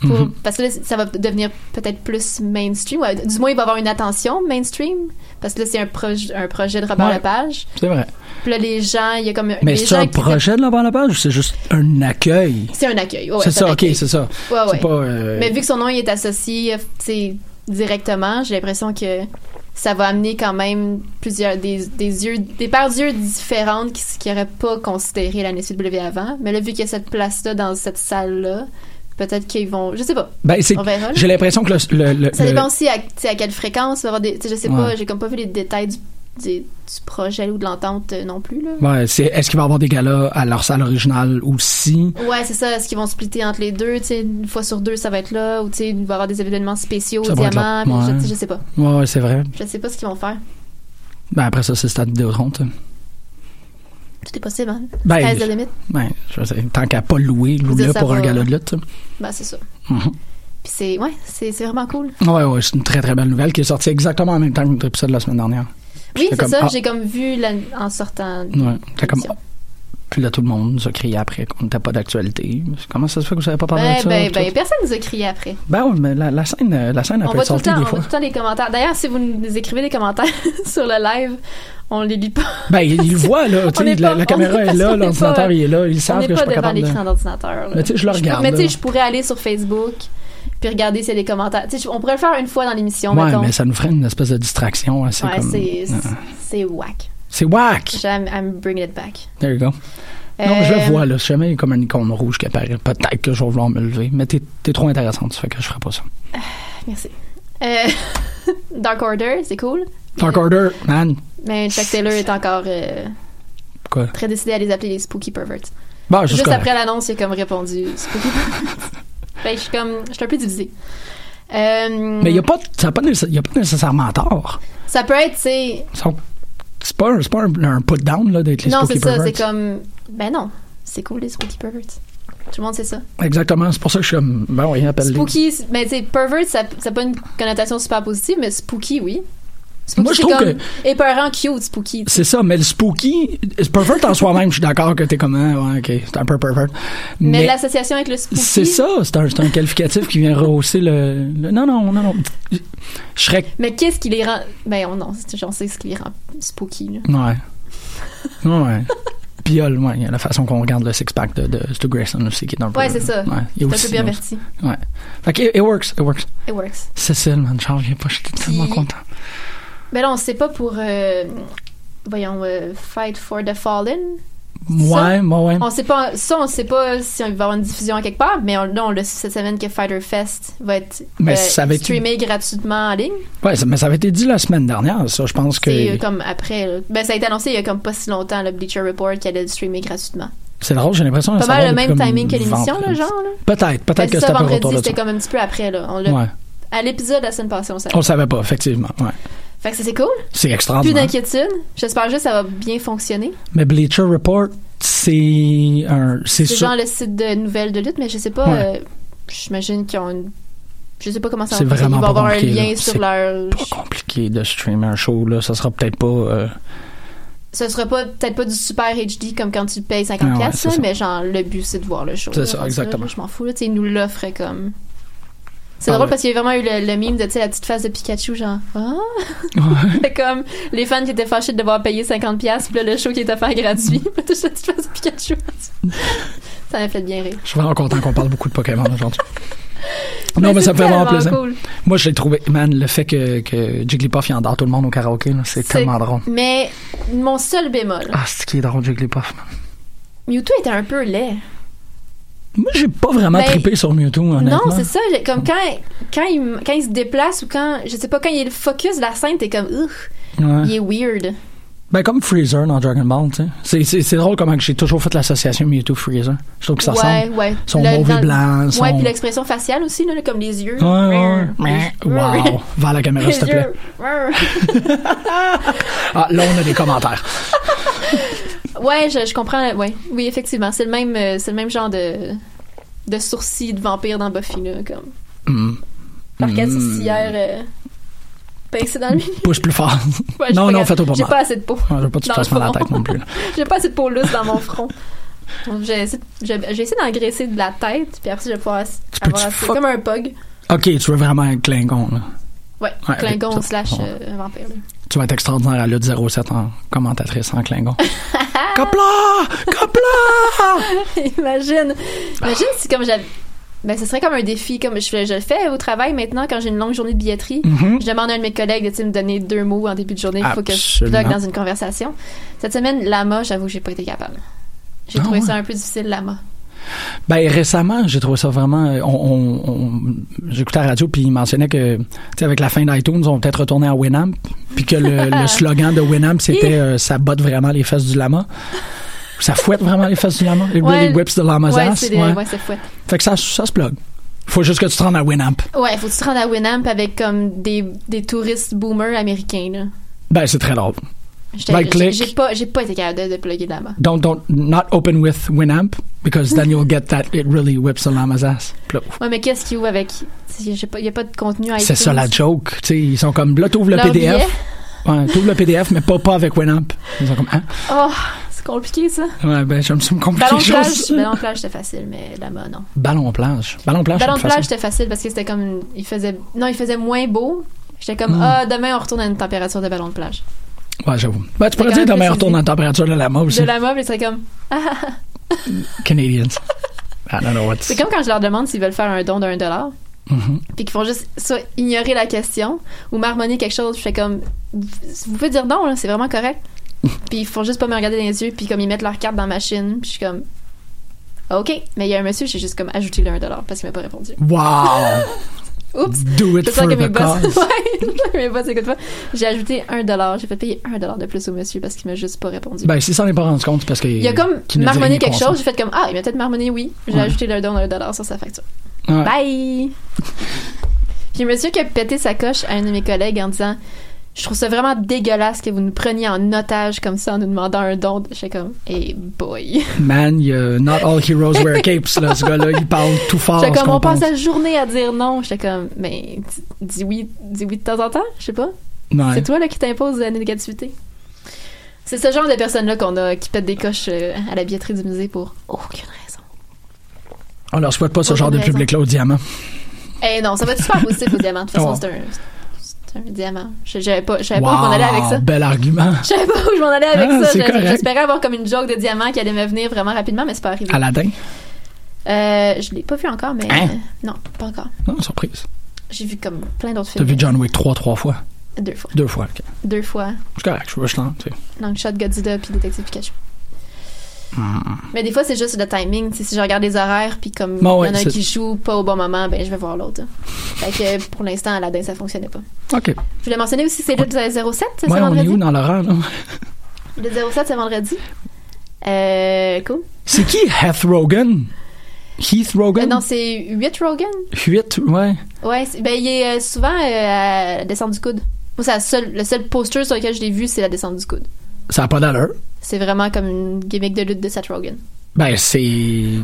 S11: pour-
S10: Mhm.
S11: Parce que là, ça va devenir peut-être plus mainstream. Ouais, du moins, il va avoir une attention mainstream. Parce que là, c'est un, proj- un projet de Robert
S10: Ouais.
S11: Lepage.
S10: C'est vrai.
S11: Puis là, les gens, il y a comme.
S10: Mais
S11: les
S10: c'est
S11: gens
S10: un
S11: qui-
S10: projet de la page ou c'est juste un accueil?
S11: C'est un accueil. ouais,
S10: c'est
S11: un
S10: ça, ok,
S11: accueil.
S10: c'est ça.
S11: Ouais,
S10: C'est
S11: ouais.
S10: pas, euh,
S11: Mais vu que son nom il est associé euh, tu sais, directement, j'ai l'impression que ça va amener quand même plusieurs des, des yeux des paires d'yeux différentes qui qui n'auraient pas considéré la NSW avant. Mais là, vu qu'il y a cette place-là dans cette salle-là, peut-être qu'ils vont. Je sais pas.
S10: Ben, c'est-
S11: On verra. là.
S10: j'ai l'impression que le. le- le-
S11: Ça
S10: le-
S11: dépend aussi à, tu sais, à quelle fréquence. il va y avoir des- tu sais, je sais pas,
S10: Ouais.
S11: j'ai comme pas vu les détails du, du- du projet ou de l'entente euh, non plus. Là.
S10: Ouais, c'est, est-ce qu'il va y avoir des galas à leur salle originale aussi?
S11: Ouais, c'est ça. Est-ce qu'ils vont splitter entre les deux? Tu sais, une fois sur deux, ça va être là. Ou tu sais, il va y avoir des événements spéciaux,
S10: Ça va être
S11: diamants.
S10: là.
S11: puis je-
S10: Ouais.
S11: tu sais, je sais pas.
S10: Ouais, ouais, c'est vrai.
S11: Je sais pas ce qu'ils vont faire.
S10: Ben, après ça, c'est le stade de ronde.
S11: Tout est possible, hein?
S10: Ben,
S11: Sky's the limit.
S10: Ben, je veux dire, tant qu'à pas louer,
S11: dire,
S10: loue-le
S11: ça
S10: pour un
S11: va-
S10: gala de lutte.
S11: Ben, c'est ça.
S10: Mhm.
S11: Puis c'est... Ouais, c'est, c'est vraiment cool.
S10: Ouais, ouais, c'est une très très belle nouvelle qui est sortie exactement en même temps que notre épisode de la semaine dernière.
S11: Oui,
S10: J'étais
S11: c'est
S10: comme,
S11: ça.
S10: ah.
S11: J'ai comme vu la- en sortant...
S10: Ouais, c'est comme. oh. Puis là, tout le monde se criait après qu'on n'était pas d'actualité. Comment ça se fait que vous n'avez pas parlé de
S11: Ben,
S10: ça?
S11: ben,
S10: tout
S11: ben,
S10: ça?
S11: personne nous a crié après.
S10: Ben oui, mais la, la scène, euh, la scène, elle
S11: on
S10: peut
S11: voit
S10: être
S11: tout le
S10: sortie
S11: temps, on
S10: des
S11: voit
S10: fois.
S11: tout le temps les commentaires. D'ailleurs, si vous nous écrivez des commentaires sur le live, on les lit pas.
S10: Ben, ils le voient, là. tu
S11: On
S10: sais,
S11: est
S10: la,
S11: pas-
S10: la
S11: on
S10: caméra
S11: est-
S10: est,
S11: parce qu'on
S10: là,
S11: est
S10: l'ordinateur
S11: pas-
S10: il est là. Ils
S11: on
S10: savent
S11: n'est
S10: que je
S11: pas
S10: suis pas
S11: devant
S10: capable de...
S11: l'écran d'ordinateur. là.
S10: Mais tu sais, je le
S11: peux-
S10: regarde,
S11: Mais tu sais,
S10: là.
S11: je pourrais aller sur Facebook, puis regarder s'il y a des commentaires. Tu sais, je- on pourrait le faire une fois dans l'émission,
S10: ouais,
S11: mettons.
S10: mais ça nous ferait une espèce de distraction. hein, C'est
S11: ouais,
S10: comme...
S11: c'est,
S10: Ouais.
S11: c'est whack.
S10: C'est whack!
S11: J'aime, I'm bringing it back.
S10: There you go. Non, mais je
S11: Euh,
S10: le vois, là. Si jamais il y a comme une icône rouge qui apparaît, peut-être que je vais vouloir me lever. Mais t'es t'es trop intéressante, ça fait que je ferai pas ça.
S11: Merci. Euh, Dark Order, c'est cool.
S10: Dark Order, man.
S11: Mais Chuck Taylor est encore euh,
S10: Quoi?
S11: très décidé à les appeler les Spooky Perverts.
S10: Bon, Ah, je suis
S11: Juste
S10: Bah, correct.
S11: après l'annonce, il a comme répondu Spooky Perverts. fait que je suis comme. Je suis un peu divisée. Euh,
S10: Mais il n'y a, pas- ça a pas nécess- y a pas nécessairement tort.
S11: Ça peut être, tu sais.
S10: Ça- C'est pas, un- c'est pas un, un put-down là, d'être les
S11: Non,
S10: spooky
S11: c'est ça,
S10: perverts.
S11: c'est comme. Ben non, c'est cool les Spooky Perverts. Tout le monde sait ça.
S10: Exactement, c'est pour ça que je suis comme. Ben oui, appelle-les.
S11: Spooky, c'est- mais tu sais, pervert, ça n'a pas une connotation super positive, mais spooky, oui. Spooky,
S10: Moi, je
S11: c'est
S10: trouve
S11: comme
S10: que-
S11: Épeurant, cute, spooky. tu sais.
S10: C'est ça, mais le spooky, c'est pervert en soi-même, je suis d'accord que t'es comme, ah, ouais, ok, c'est un peu pervert.
S11: Mais,
S10: Mais,
S11: l'association avec le spooky.
S10: c'est ça, c'est un, c'est un qualificatif qui vient rehausser le, le- Non, non, non, non. Je je serais.
S11: Mais qu'est-ce qui les rend. Ben on, non, c'est- on sait ce qui les rend spooky, là.
S10: Ouais. Ouais. Piole, ouais, il y a la façon qu'on regarde le six-pack de, de Stu Grayson aussi qui est un peu.
S11: Ouais, c'est ça.
S10: Ouais, il y
S11: C'est
S10: a
S11: un
S10: aussi-
S11: peu perverti.
S10: Ouais. Fait que it, it works, it works.
S11: It works.
S10: Cécile, man, Charles, viens pas, j'étais tellement
S11: Puis-
S10: content.
S11: Ben là, on sait pas pour. euh, voyons, euh, Fight for the Fallen.
S10: Ouais, ouais, ouais.
S11: On sait pas, ça, on sait pas si on va avoir une diffusion à quelque part, mais on, là, on le sait cette semaine que Fighter Fest va être euh,
S10: Mais ça avait été-
S11: streamé gratuitement en ligne.
S10: Ouais, ça- mais ça avait été dit la semaine dernière, ça, je pense que.
S11: C'est euh, comme après. là. Ben, ça a été annoncé il y a comme pas si longtemps, le Bleacher Report, qui allait le streamer gratuitement.
S10: C'est drôle, j'ai l'impression de
S11: Pas mal
S10: savoir
S11: le
S10: depuis
S11: même
S10: comme
S11: timing que l'émission, là,
S10: vendredi.
S11: genre. là.
S10: Peut-être,
S11: Ben,
S10: peut-être que
S11: ça,
S10: c'était un peu
S11: vendredi,
S10: autour de
S11: c'était
S10: ça.
S11: comme un petit peu après, là. On l'a-
S10: Ouais.
S11: À l'épisode de la semaine passée, on savait.
S10: On le savait pas, effectivement. Ouais.
S11: Fait que ça, c'est cool.
S10: C'est
S11: Plus
S10: extraordinaire.
S11: d'inquiétude. J'espère juste que ça va bien fonctionner.
S10: Mais Bleacher Report, c'est un. C'est
S11: C'est
S10: sûr.
S11: genre le site de nouvelles de lutte, mais je sais pas.
S10: Ouais.
S11: euh, J'imagine qu'ils ont une. Je sais pas comment ça
S10: C'est
S11: va fonctionner.
S10: vraiment
S11: Ils vont
S10: pas
S11: avoir un
S10: compliqué,
S11: lien
S10: là.
S11: sur
S10: C'est
S11: leur.
S10: compliqué de streamer un show, là. Ça sera peut-être pas. euh,
S11: Ce sera pas peut-être pas du super HD comme quand tu le payes 50$,
S10: Ah ouais,
S11: là,
S10: c'est ça.
S11: mais genre le but c'est de voir le show.
S10: C'est
S11: là,
S10: ça,
S11: rendu là,
S10: exactement.
S11: Je m'en fous, là. Tu sais, ils nous l'offraient comme. C'est
S10: Ah
S11: drôle
S10: ouais.
S11: parce qu'il y a vraiment eu le, le mime de tu sais, la petite face de Pikachu, genre. Ah! C'est comme les fans qui étaient fâchés de devoir payer 50$, puis là, le show qui est offert gratuit. Puis toute la petite face de Pikachu. ça m'a fait bien rire.
S10: Je suis vraiment content qu'on parle beaucoup de Pokémon aujourd'hui. Non, mais ça me fait vraiment
S11: tellement
S10: plaisir.
S11: cool.
S10: Moi, je l'ai trouvé, man, le fait que, que Jigglypuff il endort tout le monde au karaoké, là, c'est
S11: C'est-
S10: tellement drôle.
S11: Mais mon seul bémol,
S10: Ah, c'est qui est drôle, Jigglypuff, man.
S11: Mewtwo était un peu laid.
S10: Moi, j'ai pas vraiment
S11: Ben,
S10: trippé sur Mewtwo, honnêtement.
S11: Non, c'est ça. j'ai- Comme quand, quand, il, m- quand il se déplace ou quand, je sais pas, quand il est le focus de la scène, t'es comme, ouf,
S10: Ouais.
S11: il est weird.
S10: Ben, comme Freezer dans Dragon Ball, tu sais. C'est- C'est, c'est drôle comment que j'ai toujours fait l'association Mewtwo-Freezer. Je trouve que ça
S11: ouais,
S10: ressemble.
S11: ouais.
S10: Son
S11: Le-
S10: mauvais
S11: dans-
S10: blanc, son...
S11: Ouais, puis l'expression faciale aussi, là, comme les yeux.
S10: Ouais, ouais, ouais. Wow. Vers la caméra,
S11: Les
S10: s'il te plaît.
S11: yeux. ouais,
S10: Ah, là, on a des commentaires.
S11: je, je comprends. Ouais. Oui, effectivement. C'est le même, euh, c'est le même genre de, de sourcils de vampire dans Buffy, là, comme.
S10: Hmm.
S11: Leur case
S10: Hmm.
S11: sourcilière, euh, pincée dans le milieu.
S10: Pousse plus fort.
S11: Ouais, j'ai
S10: non,
S11: pas
S10: non,
S11: gâ-
S10: fais-toi pas
S11: J'ai
S10: mal.
S11: pas assez de peau.
S10: Ouais, je veux pas que tu te
S11: dans
S10: fasses
S11: le
S10: mal à la
S11: front.
S10: tête non plus. là.
S11: J'ai pas assez de peau lousse dans mon front. Donc, J'ai essayé, j'ai- j'ai essayé d'engraisser de la tête, puis après, je vais pouvoir ass-
S10: peux-tu
S11: avoir assez.
S10: fuck-
S11: Comme un pug.
S10: Ok, tu veux vraiment un Klingon, là.
S11: Ouais,
S10: Ouais,
S11: Klingon
S10: ok, ça-
S11: slash
S10: ouais.
S11: euh, vampire. là.
S10: Tu vas être extraordinaire à Lutte 07 en commentatrice en Klingon. Copla! Copla!
S11: Imagine. Imagine si, comme j'avais. Ben, ce serait comme un défi. Comme je, fais- je le fais au travail maintenant, quand j'ai une longue journée de billetterie.
S10: Mhm.
S11: Je demande à un de mes collègues de tu sais, me donner deux mots en début de journée. Il faut que je
S10: Absolument.
S11: plug dans une conversation. Cette semaine, lama, j'avoue que j'ai pas été capable. J'ai
S10: Ah
S11: trouvé
S10: ouais.
S11: ça un peu difficile, lama.
S10: Ben récemment, j'ai trouvé ça vraiment. euh, On, on- on- J'écoutais la radio puis il mentionnait que, tu sais, avec la fin d'iTunes, on va peut-être retourner à Winamp, puis que le, le slogan de Winamp c'était euh, ça botte vraiment les fesses du lama. Ça fouette vraiment les fesses du lama. It
S11: Ouais,
S10: really whips the lama's
S11: ouais,
S10: ass.
S11: c'est des-
S10: Ouais.
S11: ouais, c'est fouette.
S10: Fait que ça, ça se plug. Faut juste que tu te rendes à Winamp.
S11: Ouais, faut que tu te rendes à Winamp avec comme des, des touristes boomers américains. Là.
S10: Ben c'est très drôle.
S11: J'étais-
S10: Ben,
S11: j'ai-
S10: click.
S11: J'ai pas, j'ai pas été capable de, de plugger là-bas.
S10: Don't don't not open with Winamp because then you'll get that it really whips the lama's ass. Puis là,
S11: Ouais, mais qu'est-ce qu'il ouvre avec Il y a pas de contenu à
S10: C'est ça la joke. Tu sais, ils sont comme là, t'ouvres le
S11: Leur
S10: PDF.
S11: billet.
S10: Ouais, t'ouvres le PDF, mais pas, pas avec Winamp. Ils sont comme, hein?
S11: Oh, c'est compliqué ça.
S10: Ouais, ben, je me suis compliqué
S11: Ballon
S10: les
S11: de plage,
S10: choses.
S11: ballon de plage c'était facile, mais là-bas non.
S10: Ballon plage. Ballon plage,
S11: Ballon de
S10: c'est plus
S11: plage
S10: facile.
S11: c'était facile parce que c'était comme il faisait non il faisait moins beau. J'étais comme
S10: Hmm.
S11: ah demain on retourne à une température de ballon de plage.
S10: Ouais, j'avoue. Ben, tu pourrais
S11: quand
S10: dire
S11: même
S10: demain,
S11: plus
S10: retourne
S11: easy.
S10: en température de la mode aussi.
S11: De la meuble, c'était comme ah, ah, ah.
S10: Canadians. I don't know what's.
S11: c'est comme quand je leur demande s'ils veulent faire un don d'un dollar.
S10: Mhm.
S11: puis qu'ils font juste soit ignorer la question ou marmonner quelque chose. Je fais comme, vous pouvez dire non, là, c'est vraiment correct. puis ils font juste pas me regarder dans les yeux, puis comme ils mettent leur carte dans la machine, puis je suis comme, ok. Mais il y a un monsieur, j'ai juste comme ajouté le 1$ parce qu'il m'a pas répondu.
S10: Wow!
S11: Oups!
S10: Do it
S11: J'espère
S10: for
S11: que mes
S10: the
S11: boss,
S10: cause.
S11: ouais, j'espère que mes boss écoutent pas. J'ai ajouté 1$, j'ai fait payer 1$ de plus au monsieur parce qu'il m'a juste pas répondu.
S10: Ben, si ça n'est pas rendu compte, c'est parce que.
S11: il a comme
S10: qu'il ne dit rien
S11: marmonné quelque
S10: qu'on
S11: chose,
S10: sent.
S11: j'ai fait comme, ah, il m'a peut-être marmonné oui. J'ai
S10: Ouais.
S11: ajouté le don d'un dollar sur sa facture.
S10: Ouais.
S11: Bye! Puis un monsieur qui a pété sa coche à un de mes collègues en disant Je trouve ça vraiment dégueulasse que vous nous preniez en otage comme ça en nous demandant un don. J'étais comme Hey boy!
S10: Man, il y a not all heroes wear capes, là. Ce gars-là, il parle tout fort. ce
S11: J'étais comme
S10: qu'on
S11: On passe
S10: pense.
S11: la journée à dire non. J'étais comme Mais dis- dis oui, dis oui de temps en temps, je sais pas.
S10: Ouais.
S11: C'est toi là qui t'impose la négativité. C'est ce genre de personnes-là qu'on a qui pètent des coches euh, à la billetterie du musée pour aucune raison.
S10: On leur souhaite pas ce
S11: Aucune
S10: genre de
S11: raison.
S10: public-là au diamant.
S11: Eh non, ça va être super positif au diamant. De toute façon,
S10: Oh.
S11: c'est un, c'est un diamant. Je- J'avais pas, j'avais pas où m'en aller avec ça.
S10: Wow! Bel argument.
S11: Je savais pas où je m'en allais avec
S10: Ah,
S11: ça.
S10: c'est
S11: Je-
S10: correct.
S11: J'espérais avoir comme une joke de diamant qui allait me venir vraiment rapidement, mais c'est pas arrivé.
S10: Aladdin.
S11: Euh, je l'ai pas vu encore, mais.
S10: Ah, Hein?
S11: euh, non, pas encore.
S10: Non, surprise.
S11: J'ai vu comme plein d'autres
S10: T'as
S11: films.
S10: vu John Wick trois, trois fois.
S11: Deux fois.
S10: Deux fois, ok.
S11: Deux fois.
S10: C'est correct, je je t'en- tu sais.
S11: Donc, Shot Godzilla puis Détective Pikachu.
S10: Hmm.
S11: Mais des fois, c'est juste le timing. Tu sais, si je regarde les horaires, puis comme il
S10: Bon, ouais,
S11: y en a un
S10: c'est-
S11: qui joue pas au bon moment, ben je vais voir l'autre. Fait que pour l'instant, Aladdin, ça fonctionnait pas.
S10: OK.
S11: Je voulais mentionner aussi que c'est le 07, c'est
S10: Ouais, on est
S11: vendredi.
S10: où dans l'horreur, là?
S11: Le 07, c'est vendredi. Euh, cool.
S10: C'est qui Heath Rogan? Heath
S11: Euh,
S10: Rogan?
S11: non, c'est 8 Rogan.
S10: 8, ouais.
S11: Ouais, c'est- ben il est euh, souvent euh, à la descente du coude. Moi, c'est la seule- le seul poster sur lequel je l'ai vu, c'est la descente du coude.
S10: Ça n'a pas d'allure.
S11: C'est vraiment comme une gimmick de lutte de Seth Rogen.
S10: Ben, c'est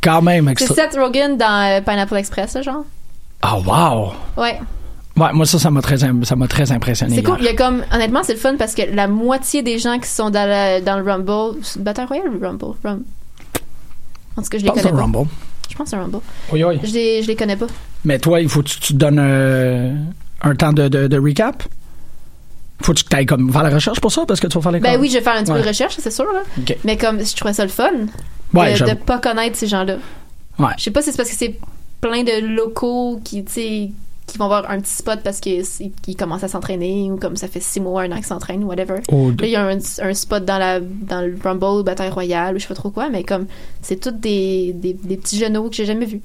S10: quand même
S11: C'est
S10: extra.
S11: Seth Rogen dans euh, Pineapple Express, là, genre.
S10: Ah, wow!
S11: Ouais.
S10: Ouais, moi, ça, ça m'a très, im- ça m'a très impressionné.
S11: C'est cool. Il y
S10: hier.
S11: a comme, honnêtement, c'est le fun parce que la moitié des gens qui sont dans, la- dans le Rumble, c'est Battle Royale ou Rumble? Rum- En tout
S10: Je
S11: cas, je les
S10: pense
S11: connais
S10: au
S11: pas.
S10: Rumble.
S11: Je pense que c'est un Rumble.
S10: Oui, oui.
S11: Je les, je les connais pas.
S10: Mais toi, il faut que tu, tu te donnes euh, un temps de, de, de recap. Faut que tu ailles comme faire la recherche pour ça parce que tu vas faire les
S11: Ben
S10: commentaires.
S11: oui, je vais faire un petit peu de
S10: Ouais.
S11: recherche, c'est sûr. là.
S10: Ok.
S11: Mais comme, je trouvais ça le fun
S10: Ouais,
S11: de,
S10: j'avoue.
S11: de pas connaître ces gens-là.
S10: Ouais.
S11: Je sais pas si c'est parce que c'est plein de locaux qui, tu sais, qui vont avoir un petit spot parce que c'est- qu'ils commencent à s'entraîner ou comme ça fait six mois, un an qu'ils s'entraînent ou whatever.
S10: Ou de-
S11: Là, il y a un, un spot dans, la, dans le Rumble, Bataille Royale ou je sais pas trop quoi, mais comme c'est toutes des, des, des petits genoux que j'ai jamais vus.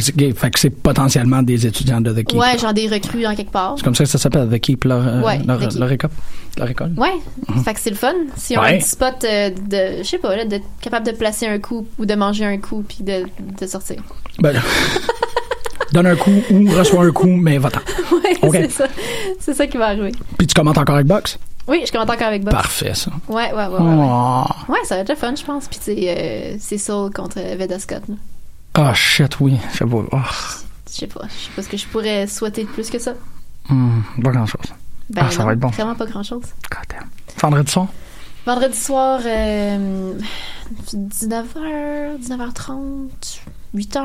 S10: C'est- Fait que c'est potentiellement des étudiants de The Keep.
S11: ouais, genre des recrues en quelque part.
S10: C'est comme ça que ça s'appelle The Keep, leur, euh,
S11: Ouais,
S10: leur,
S11: The Keep.
S10: leur école. Leur école.
S11: Ouais, fait que c'est le fun. Si on a
S10: Ouais.
S11: un petit spot euh, de, je sais pas, là, d'être capable de placer un coup ou de manger un coup puis de, de sortir.
S10: Ben, donne un coup ou reçois un coup, mais va-t'en.
S11: ouais,
S10: Ok.
S11: c'est ça. C'est ça qui va arriver.
S10: Puis tu commentes encore avec Box.
S11: Oui, je commente encore avec Bob.
S10: Parfait, ça.
S11: Ouais, ouais, ouais. ouais, ouais.
S10: Oh.
S11: Ouais, ça va être le fun, je pense. Puis, tu sais, euh, c'est Soul contre Veda Scott. là.
S10: Ah, shit, oui. Je sais pas. Oh.
S11: Je sais pas. Je sais pas ce que je pourrais souhaiter de plus que ça.
S10: Hmm, pas grand-chose.
S11: Ben,
S10: ah, ça
S11: non,
S10: va être bon.
S11: Vraiment pas grand chose.
S10: Vendredi soir?
S11: Vendredi soir, euh, 19h, 19h30, 8h.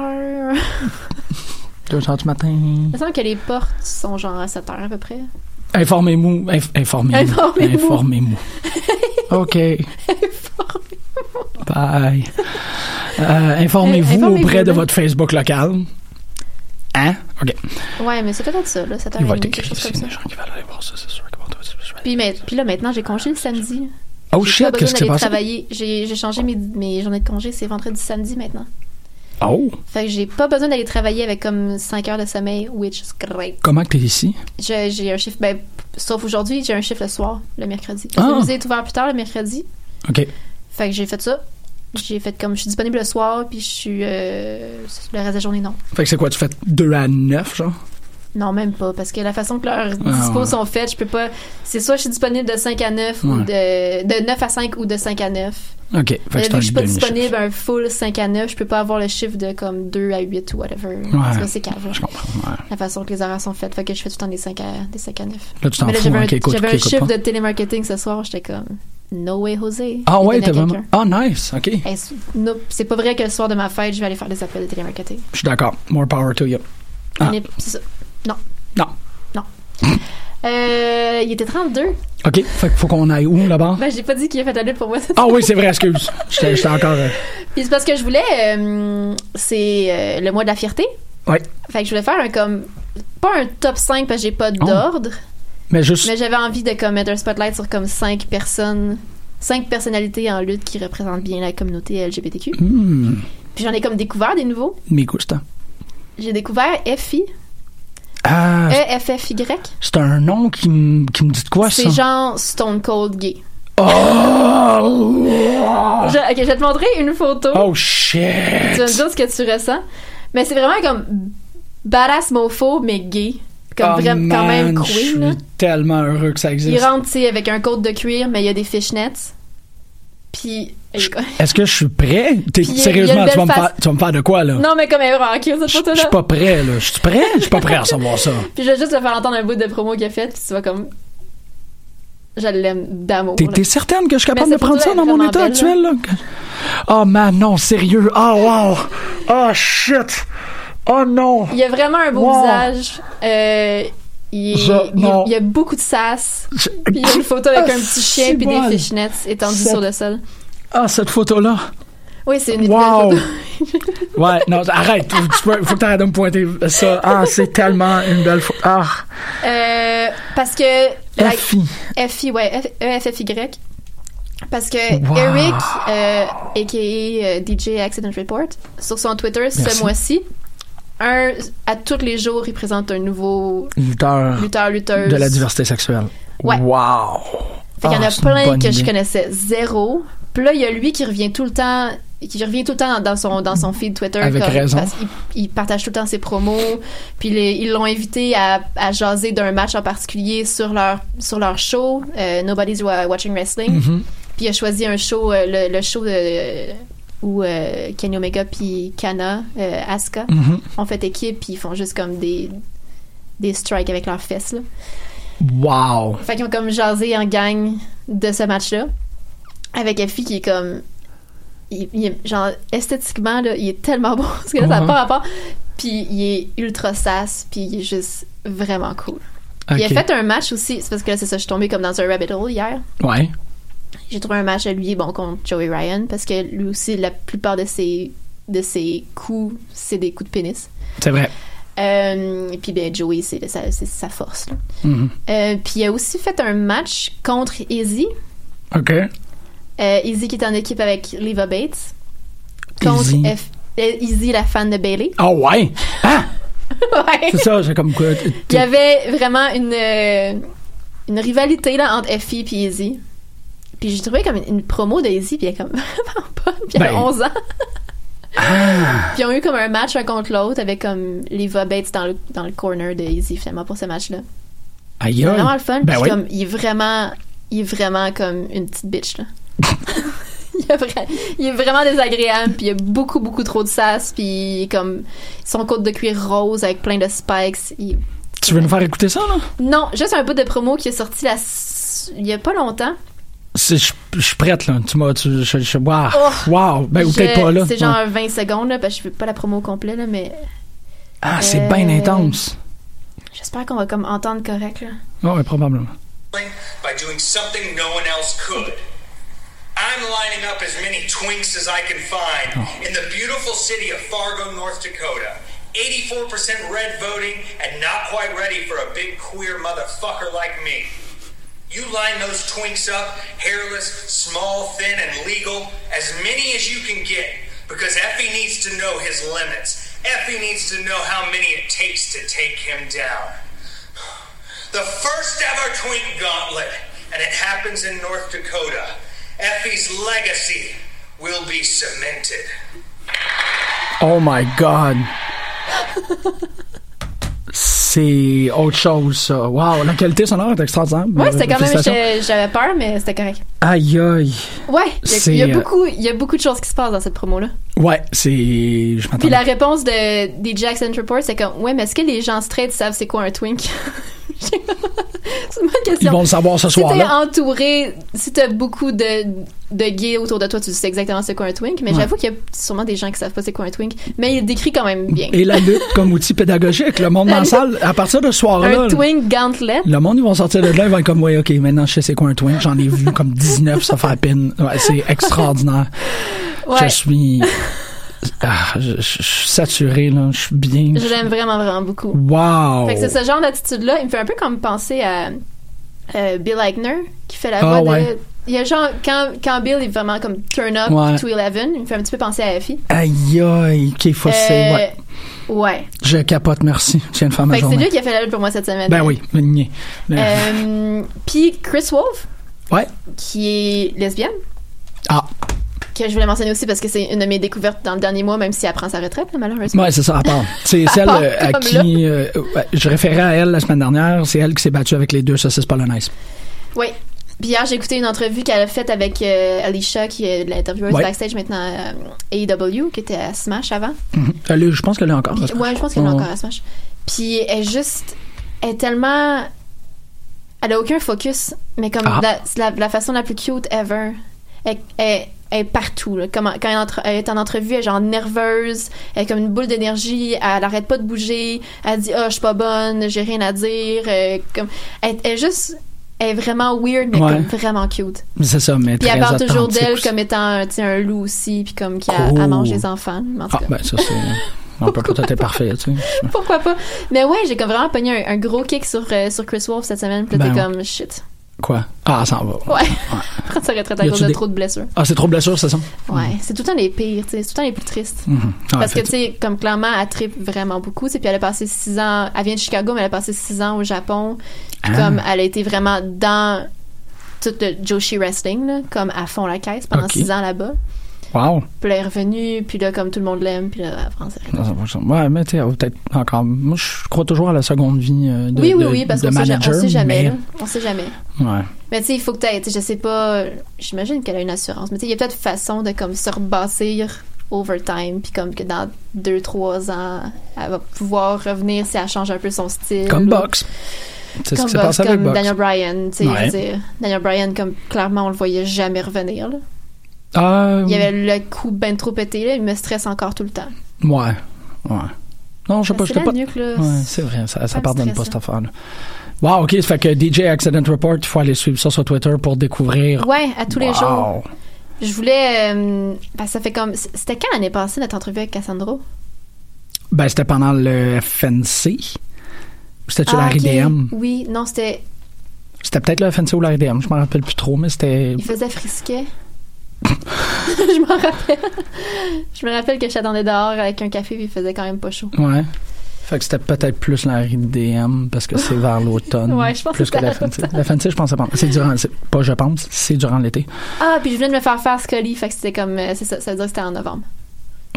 S10: 2 heures du matin.
S11: Il me semble que les portes sont genre à 7h à peu près.
S10: Informez-vous. Inf- Informez-vous.
S11: Informez-vous.
S10: Informez-vous. OK. Bye. Euh, informez-vous
S11: Euh, informez-vous,
S10: auprès de
S11: là.
S10: votre Facebook local. Hein? OK.
S11: Ouais, mais c'est peut-être ça, là, 7h30.
S10: Il va être
S11: quelque
S10: écrit
S11: chose
S10: ici,
S11: comme ça.
S10: les gens qui veulent aller voir ça, c'est sûr qu'ils vont tout
S11: Puis, mais, puis là, maintenant, j'ai congé le samedi.
S10: Oh
S11: J'ai
S10: shit,
S11: pas besoin
S10: qu'est-ce qui s'est
S11: d'aller
S10: passé?
S11: travailler. J'ai j'ai changé mes, mes journées de congé. C'est vendredi, samedi maintenant.
S10: Oh!
S11: Fait que j'ai pas besoin d'aller travailler avec comme 5 heures de sommeil, which is great.
S10: Comment que t'es ici?
S11: Je- J'ai un chiffre, ben, sauf aujourd'hui, j'ai un chiffre le soir, le mercredi.
S10: Ah!
S11: Le musée est ouvert plus tard le mercredi.
S10: OK.
S11: Fait que j'ai fait ça. J'ai fait comme je suis disponible le soir, puis je suis. euh, le reste de la journée, non.
S10: Fait que c'est quoi? Tu fais 2 à 9, genre?
S11: Non, même pas, parce que la façon que leurs
S10: Ah,
S11: dispos
S10: ouais.
S11: sont faites, je peux pas. C'est soit je suis disponible de 5 à 9, ou de, de 9 à 5 ou de 5 à 9.
S10: OK. Fait que c'est
S11: Mais vu que Euh, je suis pas
S10: un demi-shift.
S11: disponible un full 5 à 9, je peux pas avoir le chiffre de comme 2 à 8 ou whatever. En tout cas, c'est cave.
S10: Je comprends. ouais.
S11: La façon que les horaires sont faites, fait que je fais tout le temps des 5 à, des 5 à 9.
S10: Là, tu t'en
S11: Mais
S10: fous,
S11: j'avais
S10: hein,
S11: un,
S10: qui écoute,
S11: j'avais
S10: qui
S11: un
S10: écoute
S11: chiffre
S10: pas.
S11: de télémarketing ce soir, j'étais comme No way, José.
S10: Ah
S11: Il
S10: ouais,
S11: donne à
S10: t'as vraiment.
S11: quelqu'un.
S10: Ah, nice. OK.
S11: Eh, c'est- no, c'est pas vrai que le soir de ma fête, je vais aller faire des appels de télémarketing.
S10: Je suis d'accord. More power to you. Ah.
S11: On est- c'est ça. Non.
S10: Non.
S11: Non. Euh, il était 32.
S10: OK. Fait qu'il faut qu'on aille où là-bas?
S11: Ben, j'ai pas dit qu'il a fait la lutte pour moi.
S10: Ah oui, c'est vrai, excuse. J'étais j'étais encore. euh,
S11: Puis c'est parce que je voulais, euh, c'est euh, le mois de la fierté.
S10: Ouais.
S11: Fait que je voulais faire un comme, pas un top 5 parce que j'ai
S10: Oh.
S11: pas d'ordre,
S10: Mais juste.
S11: mais j'avais envie de comme, mettre un spotlight sur comme 5 personnes, 5 personnalités en lutte qui représentent bien la communauté LGBTQ.
S10: Hmm,
S11: Puis j'en ai comme découvert des nouveaux.
S10: mi gusta.
S11: J'ai découvert E FI,
S10: Ah,
S11: E-F-F-Y.
S10: c'est un nom qui me qui me dit de quoi, ça?
S11: C'est genre Stone Cold Gay.
S10: Oh!
S11: Je- ok, je vais te montrer une photo.
S10: Oh,
S11: Tu vas me
S10: shit! Oh,
S11: dire ce que tu ressens. Mais c'est vraiment comme badass mofo, mais gay. Comme
S10: Oh,
S11: vraiment, quand même
S10: man, Je
S11: queen. là.
S10: suis tellement heureux que ça
S11: Il
S10: existe.
S11: rentre, tu sais, avec un côte de cuir, mais il y a des fishnets. Puis. il est comme-
S10: Est-ce que je suis prêt? T'es-
S11: Puis il y a- il y a
S10: sérieusement,
S11: une
S10: tu vas, me
S11: belle
S10: faire,
S11: face.
S10: tu vas me faire de quoi, là?
S11: Non, mais comme elle est vraiment cute, cette
S10: je suis
S11: photo-là.
S10: pas prêt, là. Je suis prêt? Je suis pas prêt à recevoir ça.
S11: Puis je vais juste te faire entendre un bout de promo qu'il a fait, puis tu vas comme. Je l'aime d'amour.
S10: T'es
S11: Oh, là.
S10: t'es certaine que je suis
S11: Mais
S10: capable de
S11: cette
S10: prendre ça
S11: photo-là
S10: dans
S11: est
S10: mon
S11: vraiment
S10: état
S11: belle,
S10: actuel, là? Oh, man, non, sérieux. Oh, wow! Oh, shit! Oh, non!
S11: Il a vraiment un beau
S10: Wow.
S11: visage. Euh, il, est-
S10: Je-
S11: il-
S10: non.
S11: il a beaucoup de sas.
S10: Je-
S11: Puis il y a une photo avec
S10: Ah,
S11: un petit chien
S10: c'est
S11: puis
S10: bon.
S11: des fishnets étendus
S10: C'est-
S11: sur le sol.
S10: Ah, cette photo-là.
S11: Oui, c'est une wow.
S10: Wow!
S11: photo.
S10: ouais, non, arrête. Tu peux- faut que t'arrêtes de me pointer ça. Ah, c'est tellement une belle photo. Ah,
S11: Euh, parce que la-
S10: Effie.
S11: FI, ouais, F- E-F-F-Y. Parce que
S10: Wow.
S11: Eric, euh, a.k.a. euh, DJ Accident Report, sur son Twitter
S10: Merci.
S11: ce mois-ci, un, à tous les jours, il présente un nouveau
S10: Lutteur
S11: lutteur, lutteuse.
S10: Ah. de la diversité sexuelle.
S11: Ouais.
S10: Wow!
S11: Fait qu'il y en
S10: Ah,
S11: a
S10: c'est une
S11: plein
S10: bonne
S11: que je
S10: idée.
S11: connaissais zéro. Puis là, il y a lui qui revient tout le temps. il revient tout le temps dans son dans son feed Twitter
S10: Avec raison.
S11: parce qu'il- il, partage tout le temps ses promos puis les- ils l'ont invité à, à jaser d'un match en particulier sur leur sur leur show euh, Nobody's Wa- Watching Wrestling
S10: Mhm.
S11: puis il a choisi un show euh, le, le show de- où euh, Kenny Omega puis Kana euh, Asuka
S10: Mhm.
S11: ont fait équipe puis ils font juste comme des des strikes avec leurs fesses là.
S10: Wow!
S11: Fait qu'ils ont comme jasé en gang de ce match-là. Avec Elfie qui est comme. Il, il est- genre, esthétiquement, là, il est tellement bon. Parce que là, ça n'a
S10: Ouais.
S11: pas rapport. Puis il est ultra sas. Puis il est juste vraiment cool. Puis Il
S10: Ok.
S11: a fait un match aussi. C'est parce que là, c'est ça, je suis tombée comme dans un rabbit hole hier.
S10: Ouais.
S11: J'ai trouvé un match à lui, bon, contre Joey Ryan. Parce que lui aussi, la plupart de ses, de ses coups, c'est des coups de pénis.
S10: C'est vrai.
S11: Euh, et puis, ben, Joey, c'est sa, c'est sa force. là.
S10: Mhm.
S11: Euh, puis il a aussi fait un match contre Izzy.
S10: OK.
S11: Euh, Izzy qui est en équipe avec Leva Bates. Contre
S10: Izzy.
S11: F- euh, Izzy, la fan de Bailey.
S10: Ah ouais! Ah!
S11: ouais.
S10: C'est ça, c'est comme quoi. t-
S11: Il y
S10: t-
S11: avait vraiment une, euh, une rivalité là, entre Effie et Izzy. Puis j'ai trouvé comme une, une promo de Izzy, puis elle est comme vraiment bonne, puis elle
S10: Ben. Ah!
S11: a 11 ans. puis ils ont eu comme un match un contre l'autre avec comme Leva Bates dans le, dans le corner de Izzy finalement pour ce match-là.
S10: Aïe,
S11: C'est
S10: aïe.
S11: vraiment le fun.
S10: Ben
S11: puis
S10: oui.
S11: comme, il est vraiment, il est vraiment comme une petite bitch, là. il, est vra- il est vraiment désagréable, puis il a beaucoup, beaucoup trop de sas, puis il est comme son côte de cuir rose avec plein de spikes. il-
S10: Tu veux nous faire écouter ça, là?
S11: Non, juste un bout de promo qui est sorti la... s- il y a pas longtemps.
S10: C'est- Je je suis prête, là. Tu m'as. Tu, je, je, wow!
S11: Oh!
S10: Wow! Ben, ou
S11: Je-
S10: peut-être pas, là.
S11: C'est genre
S10: Ouais.
S11: 20 secondes, là, parce que je fais pas la promo au complet, là, mais
S10: Ah, c'est
S11: euh,
S10: bien intense.
S11: j'espère qu'on va comme entendre correct, là.
S10: Ouais, ouais, probablement.
S12: by doing something no one else could. I'm lining up as many twinks as I can find in the beautiful city of Fargo, North Dakota. 84% red voting and not quite ready for a big queer motherfucker like me. You line those twinks up, hairless, small, thin, and legal, as many as you can get, because Effie needs to know his limits. Effie needs to know how many it takes to take him down. The first ever Twink Gauntlet, and it happens in North Dakota. Effie's legacy will be cemented.
S10: Oh my God! C'est autre chose, ça. Wow, la qualité sonore est extraordinaire.
S11: Ouais, c'était quand même...
S10: Félicitations.
S11: j'étais- J'avais peur, mais c'était correct.
S10: Aïe, aïe.
S11: Ouais, il y a- il y, a
S10: C'est, euh,
S11: beaucoup- il y a beaucoup de choses qui se passent dans cette promo-là.
S10: Ouais, c'est. Je m'attends.
S11: Puis la réponse de, des Jackson Report, c'est comme Ouais, mais est-ce que les gens straight savent c'est quoi un twink C'est une bonne
S10: Ils
S11: question.
S10: vont le savoir ce
S11: Si t'es
S10: soir-là.
S11: entouré, si t'as beaucoup de, de gays autour de toi, tu sais exactement c'est quoi un twink, mais
S10: Ouais.
S11: j'avoue qu'il y a sûrement des gens qui savent pas c'est quoi un twink, mais il le décrit quand même bien.
S10: Et la lutte comme outil pédagogique. Le monde dans la salle, à partir de ce soir-là.
S11: un twink gauntlet.
S10: Le monde, ils vont sortir de là, ils vont être comme, ouais, ok, maintenant je sais c'est quoi un twin. J'en ai vu comme 19, ça fait à peine. Ouais, c'est extraordinaire.
S11: Ouais.
S10: Je suis. Ah, je, je- je suis saturé, là. Je suis bien.
S11: Je l'aime vraiment, vraiment beaucoup.
S10: Wow!
S11: Fait que c'est ce genre d'attitude-là. Il me fait un peu comme penser à euh, Bill Eichner, qui fait la
S10: Ah,
S11: voix de.
S10: ouais.
S11: Il y a genre, quand, quand Bill est vraiment comme turn up
S10: Ouais.
S11: to 11, il me fait un petit peu penser à Effie.
S10: Aïe, aïe, qu'il faut c'est-
S11: Euh,
S10: ouais.
S11: ouais.
S10: Je capote, merci. Tu viens de faire ma
S11: Fait que c'est
S10: journée.
S11: lui qui a fait la lutte pour moi cette semaine.
S10: Ben oui, le nier. Le-
S11: Euh, Puis Chris Wolf,
S10: Ouais.
S11: qui est lesbienne,
S10: Ah,
S11: que je voulais mentionner aussi parce que c'est une de mes découvertes dans le dernier mois, même si elle prend sa retraite, là, malheureusement.
S10: ouais, c'est ça, à part. C'est
S11: À
S10: celle
S11: part,
S10: euh, à
S11: comme
S10: qui euh, ouais, je référais à elle la semaine dernière. C'est elle qui s'est battue avec les deux saucisses polonaises.
S11: Oui. Puis hier, j'ai écouté une entrevue qu'elle a faite avec euh, Alicia, qui est l'intervieweuse
S10: Ouais.
S11: backstage maintenant à AEW, qui était à Smash avant.
S10: Mhm. Elle est- Je pense qu'elle est encore.
S11: Puis- ouais, je pense qu'elle est
S10: Ouais.
S11: encore à Smash. Puis elle est juste. Elle est tellement. Elle a aucun focus, mais comme
S10: Ah.
S11: la, c'est la, la façon la plus cute ever. Elle, elle- elle est partout. là. Comme, quand elle, entre- elle est en entrevue, elle est genre nerveuse, elle est comme une boule d'énergie, elle arrête pas de bouger, elle dit Ah, je suis pas bonne, j'ai rien à dire. euh, comme, elle, elle est juste. Elle est vraiment weird, mais
S10: Ouais.
S11: comme vraiment cute.
S10: Mais C'est ça, mais
S11: Puis
S10: très
S11: elle parle toujours
S10: authentique
S11: d'elle
S10: aussi.
S11: comme étant un, tu sais, un loup aussi, puis comme qui a, elle
S10: Cool.
S11: mange les enfants. mais en tout
S10: Ah,
S11: cas.
S10: ben ça, c'est. On peut peut-être être parfait, tu sais.
S11: Pourquoi pas? Mais ouais, j'ai comme vraiment pogné un, un gros kick sur, euh, sur Chris Wolf cette semaine. Puis là,
S10: Ben
S11: t'es
S10: ouais.
S11: comme shit.
S10: Quoi? Ah, ça en va.
S11: Ouais. Prendre sa retraite
S10: Y
S11: à
S10: a-tu
S11: cause de
S10: des-
S11: trop de blessures.
S10: Ah, c'est trop blessure, c'est ça?
S11: Ouais. C'est tout le temps les pires, tu sais. C'est tout le temps les plus tristes.
S10: Mhm. Ouais,
S11: Parce que, tu
S10: effectivement.
S11: sais, comme clairement, elle tripe vraiment beaucoup. tu sais, Puis elle a passé six ans. Elle vient de Chicago, mais elle a passé six ans au Japon. Puis
S10: Ah.
S11: comme elle a été vraiment dans tout le Joshi Wrestling, là, comme à fond la caisse pendant
S10: Ok.
S11: six ans là-bas.
S10: Wow.
S11: Puis là, elle est revenue, puis là, comme tout le monde l'aime, puis là, la France, elle-
S10: Dans un prochain- Ouais, mais tu sais, peut-être encore. Moi, je crois toujours à la seconde vie euh, de,
S11: oui, oui,
S10: de-
S11: oui, parce
S10: de
S11: qu'on sait, ja-
S10: manager.
S11: on sait jamais.
S10: mais-
S11: là. On sait jamais.
S10: Ouais.
S11: Mais tu sais, il faut que tu ailles. Je sais pas, euh, j'imagine qu'elle a une assurance, mais tu sais, il y a peut-être façon de comme se rebâtir over time, puis comme que dans 2-3 ans, elle va pouvoir revenir si elle change un peu son style.
S10: Comme
S11: ou-
S10: box. C'est ce
S11: Comme
S10: qui s'est
S11: Box,
S10: passé avec
S11: comme
S10: box.
S11: Daniel Bryan. tu sais,
S10: Ouais.
S11: je veux dire, Daniel Bryan, comme clairement, on le voyait jamais revenir. là.
S10: Ah,
S11: Il y avait le coup ben trop pété, là, il me stresse encore tout le temps.
S10: Ouais. Ouais. Non, je sais pas, je sais
S11: C'est la
S10: pas.
S11: nuque, là. Ah,
S10: Ouais, c'est vrai, ça, ça
S11: me
S10: pardonne pas
S11: stresse,
S10: cette affaire-là. Wow, ok, ça fait que DJ Accident Report, il faut aller suivre ça sur Twitter pour découvrir.
S11: Ouais, à tous les
S10: Wow.
S11: jours. Je voulais. euh, parce que ça fait comme. C'était quand l'année passée notre entrevue avec Cassandro?
S10: Ben, c'était pendant le FNC. C'était-tu la
S11: Ah, ok.
S10: RDM?
S11: Oui, non, c'était.
S10: C'était peut-être le FNC ou la RDM, je m'en rappelle plus trop, mais c'était.
S11: Il faisait frisquet. je m'en rappelle. je me rappelle que j'attendais dehors avec un café puis il faisait quand même pas chaud.
S10: Ouais. Fait que c'était peut-être plus la RDM parce que c'est vers l'automne.
S11: Ouais, je pense
S10: Plus
S11: que
S10: que
S11: c'est
S10: la
S11: à
S10: FNC.
S11: l'automne.
S10: La FNC, je pense, c'est pendant- c'est durant. c'est- Pas je pense, c'est durant l'été.
S11: Ah, puis je venais de me faire faire ce colis, fait que c'était comme. euh, c'est ça, ça veut dire que c'était en novembre.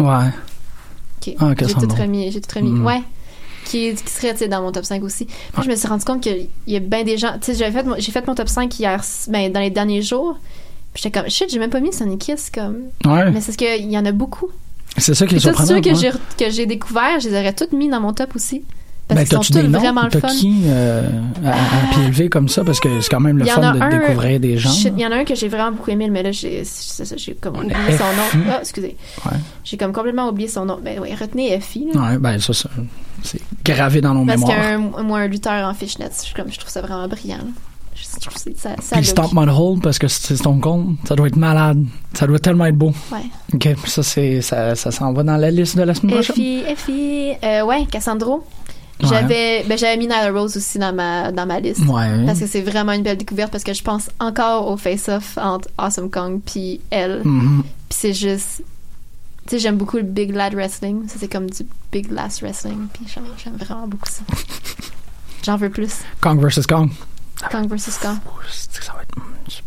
S10: Ouais.
S11: Ok.
S10: Ah,
S11: j'ai tout
S10: Cassandro.
S11: remis. J'ai tout remis.
S10: Mm.
S11: Ouais. Qui, est- qui serait tu sais, dans mon top 5 aussi. Puis je me suis rendu compte qu'il y a bien des gens. Tu sais, j'avais fait, mon- j'ai fait mon top 5 hier, ben, dans les derniers jours. Puis j'étais comme, shit, j'ai même pas mis Sonic Kiss. Comme.
S10: Ouais.
S11: Mais c'est ce qu'il y en a beaucoup.
S10: C'est ça qui est
S11: Puis tous
S10: surprenant.
S11: ceux que
S10: ouais.
S11: j'ai, que j'ai découverts, je les aurais toutes mis dans mon top aussi. Parce
S10: Ben,
S11: qu'ils
S10: t'as-tu
S11: sont tous
S10: des noms?
S11: vraiment le
S10: T'as
S11: fun.
S10: qui euh, à, à pied levé comme ça? Parce que c'est quand même le
S11: Il y en a
S10: fun de
S11: un-
S10: découvrir des gens.
S11: shit, Il y en a un que j'ai vraiment beaucoup aimé, mais là, j'ai, c'est ça, j'ai comme oublié
S10: F.
S11: son nom. Ah, excusez.
S10: Ouais.
S11: J'ai comme complètement oublié son nom. Ben oui, retenez Effie. là.
S10: Ouais, ben ça, ça, c'est gravé dans nos
S11: Parce
S10: mémoires.
S11: qu'un moi, un lutteur en fishnets, je, suis comme, je trouve ça vraiment brillant. là. Je trouve que c'est- ça, ça
S10: Puis
S11: look.
S10: Stomp My Hole, parce que c'est Stone Cold, ça doit être malade. Ça doit tellement être beau.
S11: Ouais.
S10: OK, ça, c'est, ça, ça s'en va dans la liste de la semaine prochaine.
S11: Effie, Effie, euh, ouais, Cassandro.
S10: Ouais.
S11: J'avais, ben, j'avais mis Nyla Rose aussi dans ma, dans ma liste.
S10: Ouais.
S11: Parce que c'est vraiment une belle découverte parce que je pense encore au face-off entre Awesome Kong puis elle.
S10: Mhm.
S11: Puis c'est juste. Tu sais, j'aime beaucoup le Big Lad Wrestling. Ça, c'est comme du Big Last Wrestling. Puis j'en- j'aime vraiment beaucoup ça. J'en veux plus.
S10: Kong vs. Kong.
S11: Kong vs. Kong.
S10: Ça va être...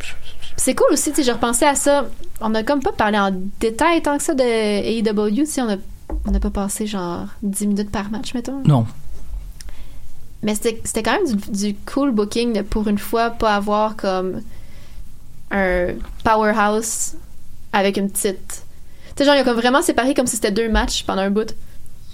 S11: C'est cool aussi, tu sais, je repensais à ça. On a comme pas parlé en détail tant que ça de AEW, tu sais, on a, on a pas passé genre 10 minutes par match, mettons.
S10: Non.
S11: Mais c'était c'était quand même du, du cool booking de pour une fois pas avoir comme un powerhouse avec une petite. Tu sais, genre, ils ont comme vraiment séparé comme si c'était deux matchs pendant un bout.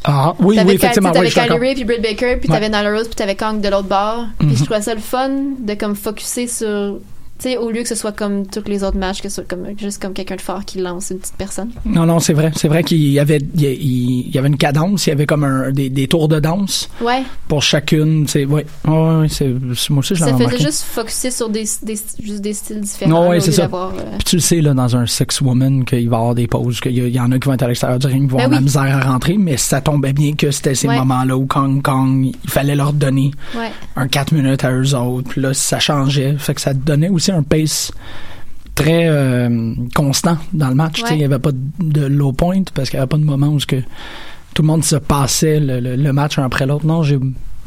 S10: Ah, oui,
S11: T'avais
S10: oui,
S11: Ky- tu sais,
S10: effectivement.
S11: T'avais
S10: oui, je suis
S11: Kylie
S10: d'accord.
S11: Ray, puis Britt Baker, puis
S10: Ouais.
S11: t'avais Nyla Rose, puis t'avais Kang de l'autre bord. Puis
S10: Mhm.
S11: je trouvais ça le fun de comme focuser sur... Tu sais, au lieu que ce soit comme tous les autres matchs, que ce soit comme, juste comme quelqu'un de fort qui lance une petite personne.
S10: Non, non, c'est vrai. C'est vrai qu'il y avait, il y a- il y avait une cadence, il y avait comme un, des, des tours de danse
S11: Ouais.
S10: pour chacune. C'est, ouais, Ouais, ouais, c'est, c'est- moi aussi, je
S11: Ça
S10: l'avais
S11: faisait
S10: remarqué.
S11: juste focuser sur des, des, juste des styles différents.
S10: Non, ouais,
S11: là, au
S10: c'est
S11: lieu
S10: ça.
S11: d'avoir, euh,
S10: Puis tu le sais, là, dans un Six Woman, qu'il va y avoir des pauses, qu'il y, a- il y en a qui vont être à l'extérieur du ring, qui vont
S11: Ben
S10: avoir
S11: oui.
S10: de la misère à rentrer, mais ça tombait bien que c'était ces
S11: Ouais.
S10: moments-là où Kong Kong, il fallait leur donner
S11: Ouais.
S10: un 4 minutes à eux autres, puis là, ça changeait. Fait que ça donnait aussi un pace très euh, constant dans le match. Tu sais,
S11: Ouais.
S10: Il n'y avait pas de- de low point parce qu'il n'y avait pas de moment où ce que tout le monde se passait le, le- le match un après l'autre. Non, j'ai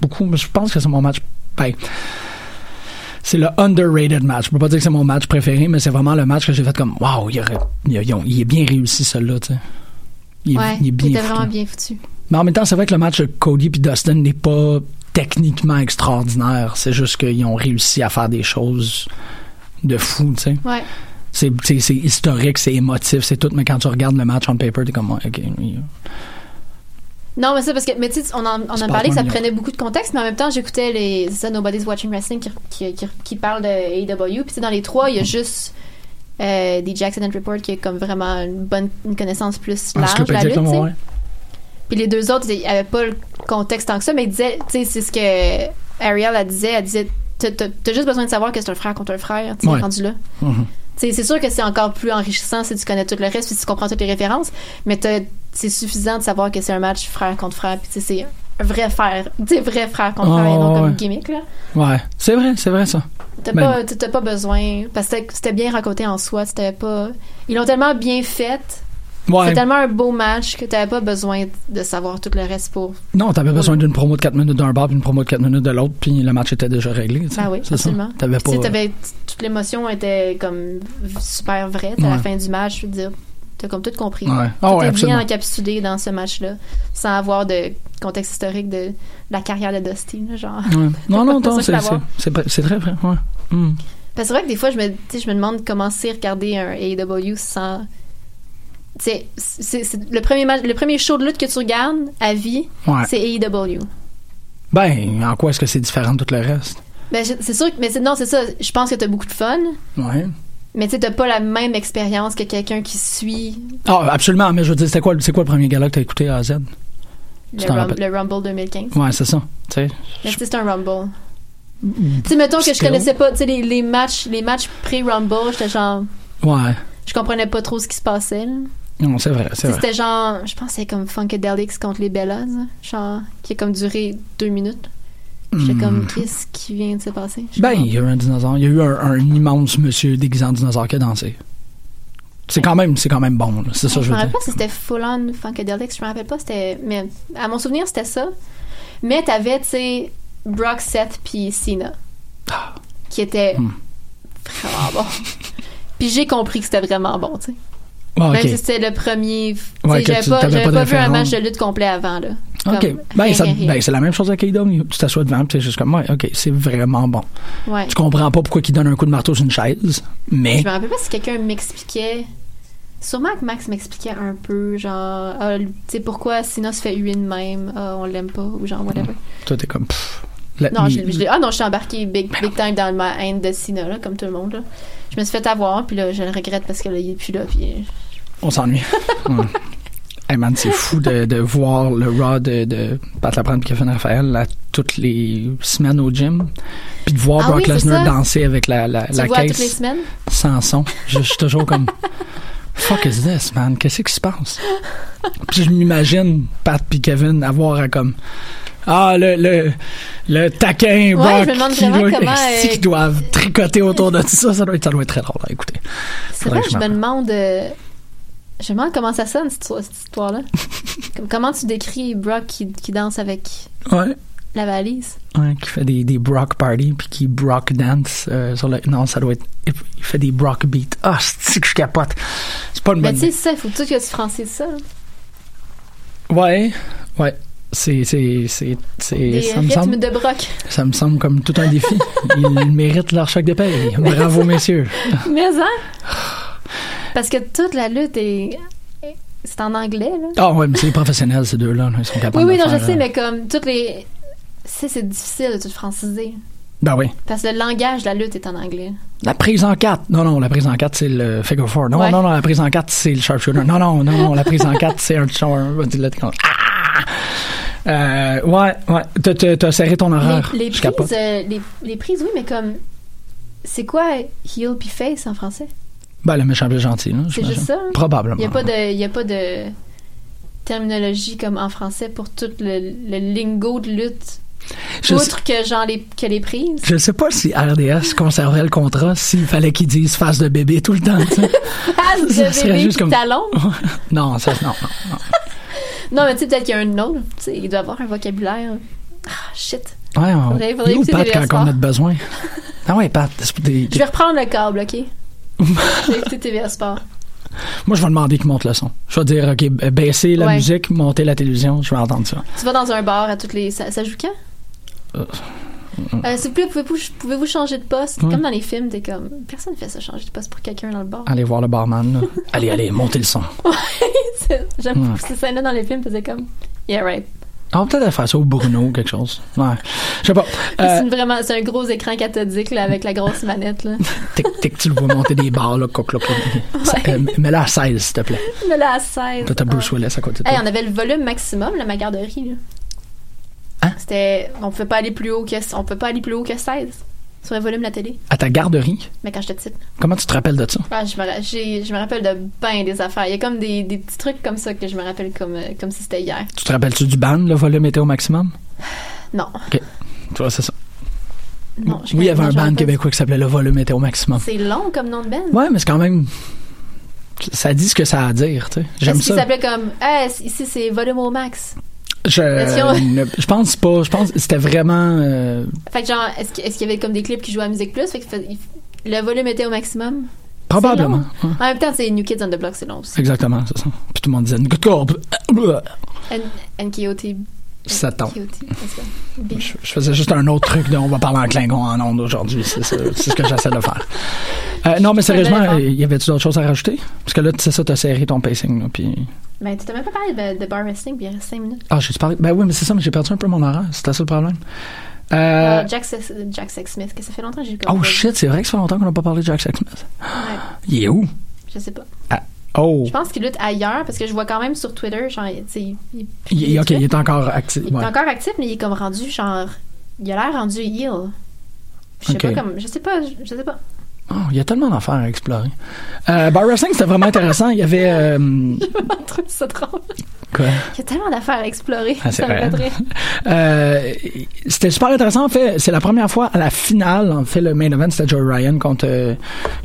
S10: beaucoup. Je pense que c'est mon match. ben, c'est le underrated match. Je peux pas dire que c'est mon match préféré, mais c'est vraiment le match que j'ai fait comme Waouh, il, aurait- il, a- ils ont- il est bien réussi celui-là. tu sais. Il, est-
S11: ouais,
S10: il est bien
S11: était
S10: foutu.
S11: vraiment bien foutu.
S10: Mais en même temps, c'est vrai que le match de Cody et Dustin n'est pas techniquement extraordinaire. C'est juste qu'ils ont réussi à faire des choses de fou, tu sais.
S11: Ouais.
S10: C'est- C'est c'est historique, c'est émotif, c'est tout, mais quand tu regardes le match on paper, t'es comme, ouais, ok. euh. oui.
S11: Non, mais c'est parce que, mais tu sais, on en, on en
S10: C'est
S11: a
S10: pas
S11: parlé que ça
S10: vraiment
S11: prenait beaucoup de contexte, mais en même temps, j'écoutais les, c'est ça, Nobody's Watching Wrestling qui, qui, qui, qui parle de AEW. Puis tu sais, dans les trois, il y a juste euh, des Jackson and Report qui est comme vraiment une bonne une connaissance plus large de la lutte. tu sais.
S10: Encyclopédiquement, ouais.
S11: Puis les deux autres, ils n'avaient pas le contexte tant que ça, mais ils disaient, tu sais, c'est ce que Ariel, elle disait, elle disait, t'as- t'as t'as juste besoin de savoir que c'est un frère contre un frère, tu sais,
S10: Ouais.
S11: rendu là. Tu sais, c'est sûr que c'est encore plus enrichissant si tu connais tout le reste, si tu comprends toutes les références, mais t'as- c'est suffisant de savoir que c'est un match frère contre frère, puis tu sais, c'est un vrai frère, tu sais, vrai frère contre frère, et non
S10: Oh,
S11: comme
S10: ouais.
S11: gimmick, là.
S10: Ouais, c'est vrai, c'est vrai ça.
S11: T'as
S10: Ben,
S11: pas, t'as pas besoin, parce que c'était- c'était bien raconté en soi, c'était pas... Ils l'ont tellement bien fait,
S10: ouais.
S11: c'est tellement un beau match que t'avais pas besoin de savoir tout le reste pour...
S10: Non, t'avais besoin d'une promo de 4 minutes d'un bar puis une promo de 4 minutes de l'autre, puis le match était déjà réglé. tu sais.
S11: Ah oui,
S10: C'est ça.
S11: absolument.
S10: T'avais
S11: Puis,
S10: pas.
S11: tu sais, t'avais- toute l'émotion était comme super vraie. t'sais, À la
S10: Ouais.
S11: fin du match, je veux dire, T'as comme tout compris.
S10: Ouais.
S11: Tout
S10: Ah ouais,
S11: est
S10: absolument.
S11: bien encapsulé dans ce match-là, sans avoir de contexte historique de la carrière de Dusty, là, genre.
S10: Ouais. Non, non,
S11: Pas
S10: non, c'est-
S11: ça, je peux
S10: c'est-
S11: l'avoir.
S10: c'est pr- c'est très vrai. Ouais. Hmm.
S11: Parce que c'est vrai que des fois, je me, tu sais, je me demande comment c'est regarder un AEW sans. tu sais, C'est, c'est le, premier match, le premier show de lutte que tu regardes à vie,
S10: Ouais.
S11: c'est E AEW.
S10: Ben, en quoi est-ce que c'est différent de tout le reste?
S11: Ben, je- c'est sûr que. Mais c'est- non, c'est ça. Je pense que t'as beaucoup de fun,
S10: Ouais.
S11: mais tu sais, t'as pas la même expérience que quelqu'un qui suit
S10: Ah, absolument, mais je veux dire, c'était quoi, le- c'est quoi le premier gala que t'as écouté à Z?
S11: le,
S10: Tu t'en
S11: Rum-
S10: rappelles?
S11: le Rumble 2015.
S10: Ouais, c'est ça. Tu sais.
S11: Mais tu sais, c'est un Rumble.
S10: Mm.
S11: Tu sais, mettons que je
S10: Still.
S11: connaissais pas, tu sais, les, les matchs, les matchs pré-Rumble, j'étais genre.
S10: Ouais.
S11: Je comprenais pas trop ce qui se passait, là.
S10: Non, c'est vrai,
S11: Tu
S10: c'est
S11: sais,
S10: vrai.
S11: C'était genre, je pense que c'était comme Funkadelics contre les Bellas, là, genre, qui a comme duré deux minutes. J'étais
S10: Hmm.
S11: comme, qu'est-ce qui vient de se passer? Je
S10: Ben,
S11: comprends
S10: il y a eu un dinosaure. Il y a eu un, un immense monsieur déguisant en dinosaure qui a dansé. C'est quand même, c'est quand même bon, là. c'est ça
S11: pas.
S10: que
S11: je
S10: je
S11: me
S10: veux dire.
S11: rappelle pas si c'était Full On Funkadelics, je me rappelle pas, c'était. Mais à mon souvenir, c'était ça. Mais t'avais, tu sais, Brock, Seth puis Cena. Qui était
S10: Ah. Hmm.
S11: vraiment bon. puis j'ai compris que c'était vraiment bon, tu sais.
S10: Ah, ok.
S11: Même si c'était le premier. tu sais,
S10: Ouais, que
S11: j'avais
S10: tu-
S11: pas,
S10: t'avais
S11: j'avais
S10: pas de
S11: pas vu un
S10: référence.
S11: match de lutte complet avant, là.
S10: Ok.
S11: Comme, rien,
S10: Ben, ça-
S11: rien, rien.
S10: ben, c'est la même chose avec Idom. Tu t'assois devant, puis c'est juste comme, ouais, ok, c'est vraiment bon.
S11: Ouais.
S10: Tu comprends pas pourquoi il donne un coup de marteau sur une chaise, mais.
S11: Je me rappelle pas si quelqu'un m'expliquait. Sûrement que Max m'expliquait un peu, genre, ah, tu sais, pourquoi Sina se fait huer de même, ah, on l'aime pas, ou genre, whatever.
S10: Toi, t'es comme, pfff. La-
S11: Non, je,
S10: mm.
S11: je l'ai- ah non, je suis embarquée big, big time dans ma haine de Sina, là, comme tout le monde, là. Je me suis fait avoir, puis là, je le regrette parce que là, il est plus là, puis. euh,
S10: On s'ennuie. Hum. Hey man, c'est fou de, de voir le Raw de, de Pat Laprade et Kevin Raphaël là, toutes les semaines au gym. Puis de voir
S11: Ah
S10: Brock
S11: oui, c'est
S10: Lesnar
S11: ça.
S10: danser avec la, la,
S11: Tu
S10: la
S11: le vois toutes les
S10: caisse
S11: semaines?
S10: sans son. Je, je suis toujours comme Fuck is this, man? Qu'est-ce qui se passe? Puis je m'imagine Pat et Kevin avoir à comme Ah, le, le, le taquin
S11: Ouais,
S10: Brock
S11: je me demande
S10: qui
S11: vraiment
S10: doit-
S11: comment,
S10: Esti
S11: euh,
S10: qu'ils doivent tricoter autour de ça. Ça doit être, ça doit être très drôle à écouter.
S11: C'est
S10: Faudrait
S11: vrai,
S10: que
S11: je me
S10: m'en-
S11: demande. euh, je me demande comment ça sonne, cette, histoire- cette histoire-là. Comme- comment tu décris Brock qui, qui danse avec
S10: Ouais.
S11: la valise?
S10: Ouais, qui fait des, des Brock Party puis qui Brock Dance euh, sur le. Non, ça doit être. Il fait des Brock Beat. Ah, c'est que je capote. C'est pas une
S11: Mais
S10: bonne.
S11: Ben, tu sais, ça, il faut tout que tu francises ça. là.
S10: Ouais, ouais. C'est. c'est, c'est, c'est-
S11: Des
S10: ça me
S11: rythmes
S10: semble.
S11: de Brock.
S10: Ça me semble comme tout un défi. Ils méritent leur chèque de paye. Bravo, messieurs.
S11: Mais hein? Parce que toute la lutte est. C'est en anglais, là.
S10: Ah, ouais, mais c'est les professionnels, ces deux-là. là, Ils sont
S11: Oui,
S10: capables
S11: oui,
S10: de
S11: non, je
S10: faire,
S11: sais,
S10: euh,
S11: mais comme toutes les. C'est, c'est difficile de tout franciser.
S10: Ben oui.
S11: Parce que le langage de la lutte est en anglais.
S10: La prise en 4. Non, non, la prise en 4, c'est le figure 4. Non,
S11: Ouais.
S10: non, non, la prise en 4, c'est le sharpshooter. Non, non, non, non, la prise en 4, c'est un. un- là, t'es comme, Ah! Euh, ouais, ouais. T'as- T'as t'as serré ton horaire.
S11: les, les
S10: Ah, Je
S11: prises,
S10: capote.
S11: euh, les, les prises, oui, mais comme. C'est quoi heel puis face en français?
S10: Ben, le méchant est gentil, là.
S11: C'est
S10: j'imagine.
S11: juste ça? hein?
S10: Probablement.
S11: Il n'y a, pas de- il y a pas de terminologie comme en français pour tout le, le lingo de lutte.
S10: Je
S11: Outre que, genre, les, que les prises.
S10: Je sais pas si RDS conservait le contrat s'il fallait qu'ils disent face de bébé tout le temps, tu sais.
S11: Ah,
S10: Ça
S11: de
S10: serait
S11: bébé
S10: juste
S11: puis
S10: comme-
S11: talons.
S10: Non, ça, non, non.
S11: Non, mais tu sais, peut-être qu'il y a un autre. Tu sais, il doit avoir un vocabulaire. Ah, shit.
S10: Ouais, on...
S11: Faudrait- faudrait
S10: Nous,
S11: écouter
S10: Pat,
S11: des
S10: quand on a
S11: versoirs.
S10: besoin. Ah ouais, Pat, c'est des-
S11: Je vais reprendre le câble, OK? Je vais écouter TVA Sport.
S10: Moi, je vais demander qu'ils montent le son. Je vais dire, OK, ba- baissez la
S11: Ouais.
S10: musique, montez la télévision, je vais entendre ça.
S11: Tu vas dans un bar à toutes les... Ça, ça joue quand?
S10: Euh,
S11: Euh, S'il vous plaît, pouvez-vous pouvez-vous changer de poste?
S10: Ouais.
S11: Comme dans les films, t'es comme... Personne ne fait ça, changer de poste pour quelqu'un dans le bar.
S10: Allez voir le barman. là. allez, allez, montez le son.
S11: C'est- J'aime
S10: Ouais.
S11: beaucoup ces scènes-là dans les films, faisait comme... Yeah, right.
S10: Ah, On va peut-être faire ça au Bruno, quelque chose. Ouais. Je sais pas.
S11: Puis
S10: Euh,
S11: C'est une vraiment... C'est un gros écran cathodique, là, avec la grosse manette, là.
S10: T'es t'es que tu le vois monter des barres, là, coq, coq, coq. Ça, euh, Mets-la à 16, s'il te plaît.
S11: Mais là, à 16...
S10: Là, t'as Bruce Willis à côté de toi.
S11: Ah. Hey, on avait le volume maximum, là, ma garderie. Là.
S10: Hein?
S11: C'était, on pouvait pas aller plus haut que, on peut pas aller plus haut que 16 sur le volume de la télé.
S10: À ta garderie,
S11: Mais quand j'étais petite,
S10: comment tu te rappelles de ça?
S11: ah, je, me, ra- j'ai- je me rappelle de ben des affaires. Il y a comme des, des petits trucs comme ça que je me rappelle comme, euh, comme si c'était hier.
S10: Tu te rappelles-tu du ban, le volume était au maximum?
S11: Non,
S10: OK. Tu vois, c'est ça.
S11: non.
S10: oui, il y avait
S11: non,
S10: un
S11: je me
S10: ban
S11: rappelle.
S10: québécois qui s'appelait Le volume était au maximum.
S11: C'est long comme nom de Ben.
S10: Ouais, mais c'est quand même. Ça dit ce que ça a à dire, tu sais. J'aime
S11: Est-ce qu'il
S10: ça.
S11: s'appelait comme, ah, c- ici c'est volume au max.
S10: Je,
S11: Est-ce qu'on-
S10: ne- je pense pas. Je pense que c'était vraiment. euh,
S11: Fait que genre, est-ce, que- est-ce qu'il y avait comme des clips qui jouaient à musique plus? Fait que fait- il- le volume était au maximum.
S10: Probablement.
S11: C'est long. En même temps, c'est New Kids on the Block, c'est long aussi.
S10: Exactement, c'est ça. Puis tout le monde disait Good Corp.
S11: N- NKOT.
S10: Ça tombe.
S11: NKOT, est-ce que- Bien.
S10: Je, je faisais juste un autre truc dont on va parler en Klingon en ondes aujourd'hui. C'est ça- c'est ce que j'essaie de faire. Euh, non, mais
S11: C'est un bel
S10: sérieusement,
S11: effort.
S10: il y avait-tu d'autres choses à rajouter? Parce que là, tu sais ça, t'as serré ton pacing. là, puis...
S11: Ben, tu t'as même pas parlé de, de bar wrestling, puis il reste 5 minutes.
S10: Ah, j'ai-tu parlé? Ben oui, mais c'est ça, mais j'ai perdu un peu mon horaire. C'était ça le problème. Euh,
S11: Euh, Jack, Sex- Jack Sexsmith, que ça fait longtemps que j'ai vu
S10: oh shit, c'est vrai que ça fait longtemps qu'on n'a pas parlé de Jack Sexsmith.
S11: Ouais,
S10: Il est où?
S11: je sais pas.
S10: Ah, oh!
S11: Je pense qu'il lutte ailleurs parce que je vois quand même sur Twitter, genre, tu sais, il, il
S10: Il, il- ok, il est encore actif.
S11: il est
S10: ouais.
S11: encore actif, mais il est comme rendu, genre, il a l'air rendu heel. Je sais
S10: Ok.
S11: pas comme, je sais pas, je, je sais pas.
S10: Oh, il y a tellement d'affaires à explorer. Euh, Bar Wrestling, c'était vraiment intéressant. Il y avait. euh,
S11: Je trouve ça drôle.
S10: quoi?
S11: Il y a tellement d'affaires à explorer.
S10: Ah, c'est
S11: ça me fait
S10: vrai.
S11: rire.
S10: Euh, c'était super intéressant. En fait, c'est la première fois à la finale. En fait, le main event, c'était Joe Ryan contre, euh,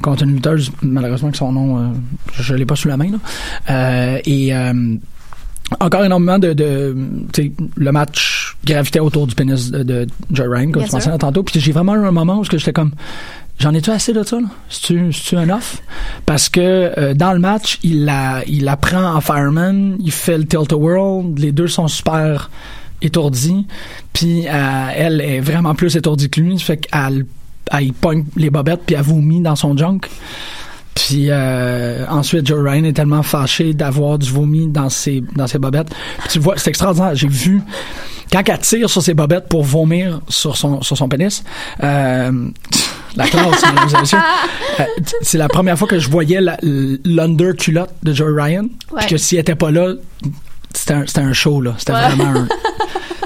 S10: contre une lutteuse, malheureusement, que son nom, euh, je, je l'ai pas sous la main. là. Euh, et euh, encore énormément de. de tu sais, le match gravitait autour du pénis de, de Joe Ryan, comme
S11: Bien
S10: je
S11: sûr.
S10: pensais tantôt. Puis j'ai vraiment eu un moment où ce que j'étais comme. J'en ai-tu assez de ça, là? C'est-tu c'est-tu un off? Parce que euh, dans le match, il la, il la prend en fireman, il fait le tilt-a-whirl, les deux sont super étourdis, puis euh, elle est vraiment plus étourdie que lui, ça fait qu'elle elle y pogne les bobettes, puis elle vomit dans son junk. Puis euh, ensuite, Joe Ryan est tellement fâché d'avoir du vomi dans ses, dans ses bobettes. Puis tu vois, c'est extraordinaire. J'ai vu quand elle tire sur ses bobettes pour vomir sur son, sur son pénis. euh, la classe, mesdames et messieurs. Euh, c'est la première fois que je voyais la- l'under-culotte de Joe Ryan.
S11: Ouais.
S10: Puis que s'il était pas là, c'était un, c'était un show, là. C'était
S11: Ouais.
S10: vraiment un-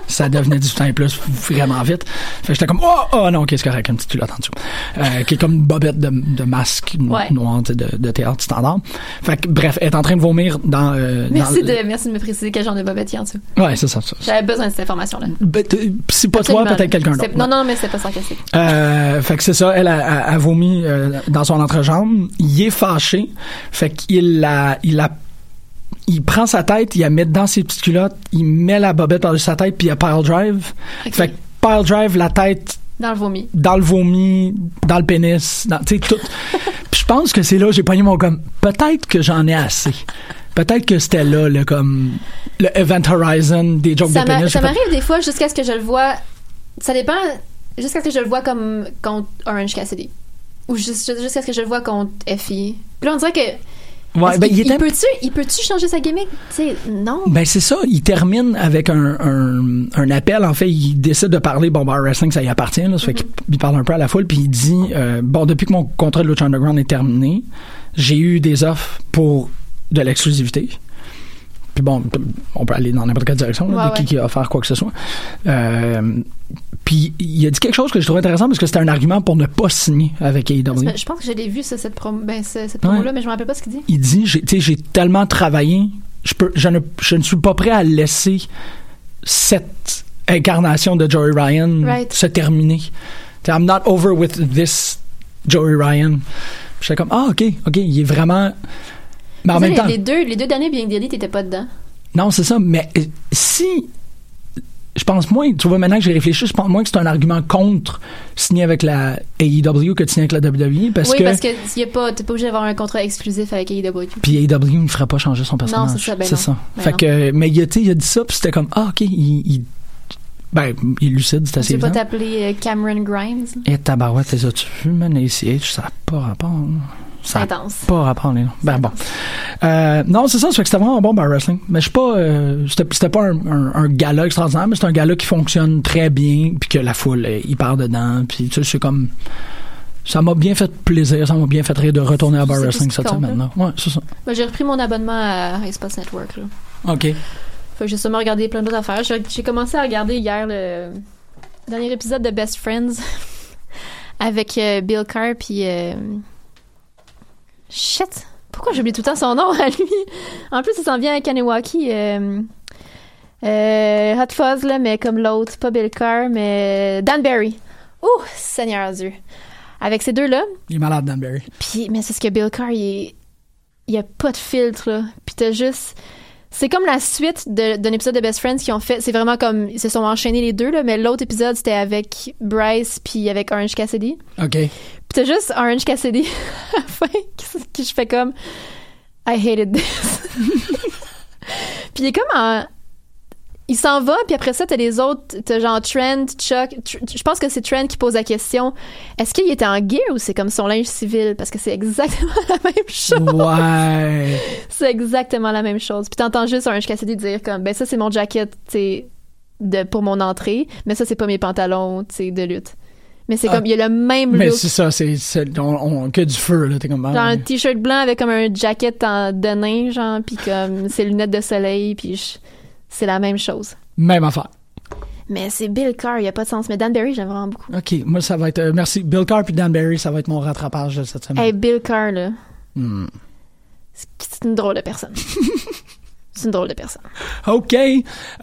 S10: Ça devenait du temps et plus vraiment vite. Fait que j'étais comme, oh, oh non, qu'est-ce correct, une petite culotte en dessous. Euh, qui est comme une bobette de, de masque no-
S11: Ouais.
S10: noir, tu sais, de, de théâtre standard. Fait que, bref, elle est en train de vomir dans. euh,
S11: Merci
S10: dans
S11: de, merci de me préciser quel genre de bobette il y a en dessous.
S10: Ouais, c'est ça. ça.
S11: J'avais besoin de cette information-là.
S10: Ben, t'es- si pas toi,
S11: Absolument.
S10: peut-être quelqu'un
S11: C'est-
S10: d'autre.
S11: Non, non, mais c'est pas sarcastique.
S10: Euh, fait que c'est ça, elle a, a- a vomi euh, dans son entrejambe. Il est fâché. Fait qu'il la, il la, il prend sa tête, il la met dans ses petites culottes, il met la bobette par-dessus sa tête, puis il a pile drive.
S11: Ok.
S10: Fait que pile drive, la tête
S11: Dans le vomi.
S10: dans le vomi, dans le pénis, dans, tu sais, tout. Puis je pense que c'est là, j'ai pogné mon comme, peut-être que j'en ai assez. Peut-être que c'était là, le comme, le Event Horizon des jokes
S11: Ça
S10: de
S11: m'a-
S10: pénis. J'ai
S11: ça
S10: fait-
S11: m'arrive des fois jusqu'à ce que je le vois. Ça dépend. Jusqu'à ce que je le vois comme contre Orange Cassidy. Ou jus- jus- jusqu'à ce que je le vois contre Effie. Puis là, on dirait que.
S10: Ouais,
S11: est-ce
S10: ben,
S11: qu'il-
S10: il est
S11: il
S10: un-
S11: peut-tu il peut-tu changer sa gimmick? Tu sais, non.
S10: Ben c'est ça, il termine avec un, un, un appel. En fait, il décide de parler, bon, bar wrestling, ça y appartient, là,
S11: Mm-hmm.
S10: ça fait qu'il il parle un peu à la foule, puis il dit, euh, bon, depuis que mon contrat de Lucha Underground est terminé, j'ai eu des offres pour de l'exclusivité. Puis bon, on peut aller dans n'importe quelle direction, là,
S11: Ouais,
S10: dès
S11: ouais.
S10: qu'il- qu'il a offert quoi que ce soit. Euh, puis il a dit quelque chose que je trouvais intéressant parce que c'était un argument pour ne pas signer avec E AEW.
S11: Je pense que je l'ai vu, ça, cette, promo, ben, ce- cette promo-là,
S10: Ouais.
S11: mais je me rappelle pas ce qu'il dit.
S10: il dit j'ai tu sais, j'ai tellement travaillé je peux je ne, je ne suis pas prêt à laisser cette incarnation de Joey Ryan
S11: Right.
S10: se terminer Tu sais, I'm not over with this Joey Ryan j'étais comme ah ok ok il est vraiment mais ben, en
S11: Tu sais,
S10: même
S11: les,
S10: temps
S11: les deux, les deux derniers Being Daily, t'étais pas dedans.
S10: non c'est ça mais euh, si je pense moins tu vois maintenant que j'ai réfléchi je pense moins que c'est un argument contre signer avec la AEW que de signer avec la WWE parce
S11: oui,
S10: que
S11: parce que y a pas, t'es pas obligé d'avoir un contrat exclusif avec E AEW.
S10: Puis AEW ne ferait pas changer son personnage.
S11: c'est ça, ben non. Ben
S10: fait
S11: non.
S10: que, mais il, a- tu sais, il a dit ça, puis c'était comme, ah, ok, il, il- ben, il est lucide, c'est assez
S11: Tu peux pas
S10: évident.
S11: t'appeler euh, Cameron Grimes.
S10: Et tabarouette, les as-tu vu, man, ACH, ça n'a pas rapport. là. Ça n'a
S11: Intense.
S10: pas rapport, les noms. Ben bon. Euh, non, c'est ça, ça fait que c'était vraiment bon, bar wrestling. Mais je suis pas, euh, c'était c'était pas un, un, un gala extraordinaire, mais c'est un gala qui fonctionne très bien, puis que la foule, euh, y part dedans, puis tu sais, c'est comme... Ça m'a bien fait plaisir, ça m'a bien fait rire de retourner à bar
S11: C'est tout
S10: wrestling
S11: ce qui
S10: cette
S11: compte,
S10: semaine. là. Ouais, c'est ça.
S11: Ben, j'ai repris mon abonnement à Espace Network, là.
S10: OK.
S11: Fait que j'ai sûrement regardé plein d'autres affaires. J'ai j'ai commencé à regarder hier le dernier épisode de Best Friends avec euh, Bill Carr puis euh, shit. Pourquoi j'oublie tout le temps son nom à lui En plus, il s'en vient à Kanewaki. euh, euh, Hot Fuzz là, mais comme l'autre, pas Bill Carr, mais euh, Dan Barry. Ouh, Seigneur Dieu. Avec ces deux là,
S10: Il est malade, Dan Barry.
S11: puis, mais c'est ce que Bill Carr, il est- il y a pas de filtre, là. Puis t'as juste. C'est comme la suite de- d'un épisode de Best Friends qu'ils ont fait. C'est vraiment comme. Ils se sont enchaînés les deux, là. Mais l'autre épisode, c'était avec Bryce puis avec Orange Cassidy.
S10: OK.
S11: Puis t'as juste Orange Cassidy à la fin qui, qui je fais comme I hated this. puis il est comme en- Il s'en va, puis après ça, t'as les autres, t'as genre Trent, Chuck. Tr- je pense que c'est Trent qui pose la question est-ce qu'il était en gear ou c'est comme son linge civil Parce que c'est exactement la même chose.
S10: Ouais.
S11: C'est exactement la même chose. Puis t'entends juste Orange Cassidy dire comme ben ça c'est mon jacket, tu sais, de pour mon entrée, mais ça c'est pas mes pantalons, tu sais, de lutte. Mais c'est
S10: Ah.
S11: comme il y a le même
S10: Mais
S11: look.
S10: c'est ça, c'est, c'est- on, on- que du feu, là. T'es comme. ah,
S11: Genre un
S10: ouais.
S11: t-shirt blanc avec comme un jacket en de nain genre puis comme ses lunettes de soleil puis je- c'est la même chose.
S10: Même affaire.
S11: Mais c'est Bill Carr, il y a pas de sens mais Dan Barry, j'aime vraiment beaucoup.
S10: OK, moi, ça va être. euh, merci. Bill Carr puis Dan Barry, ça va être mon rattrapage de cette semaine.
S11: Hey Bill Carr là,
S10: Hmm.
S11: c'est une drôle de personne. c'est une drôle de personne.
S10: Ah, OK.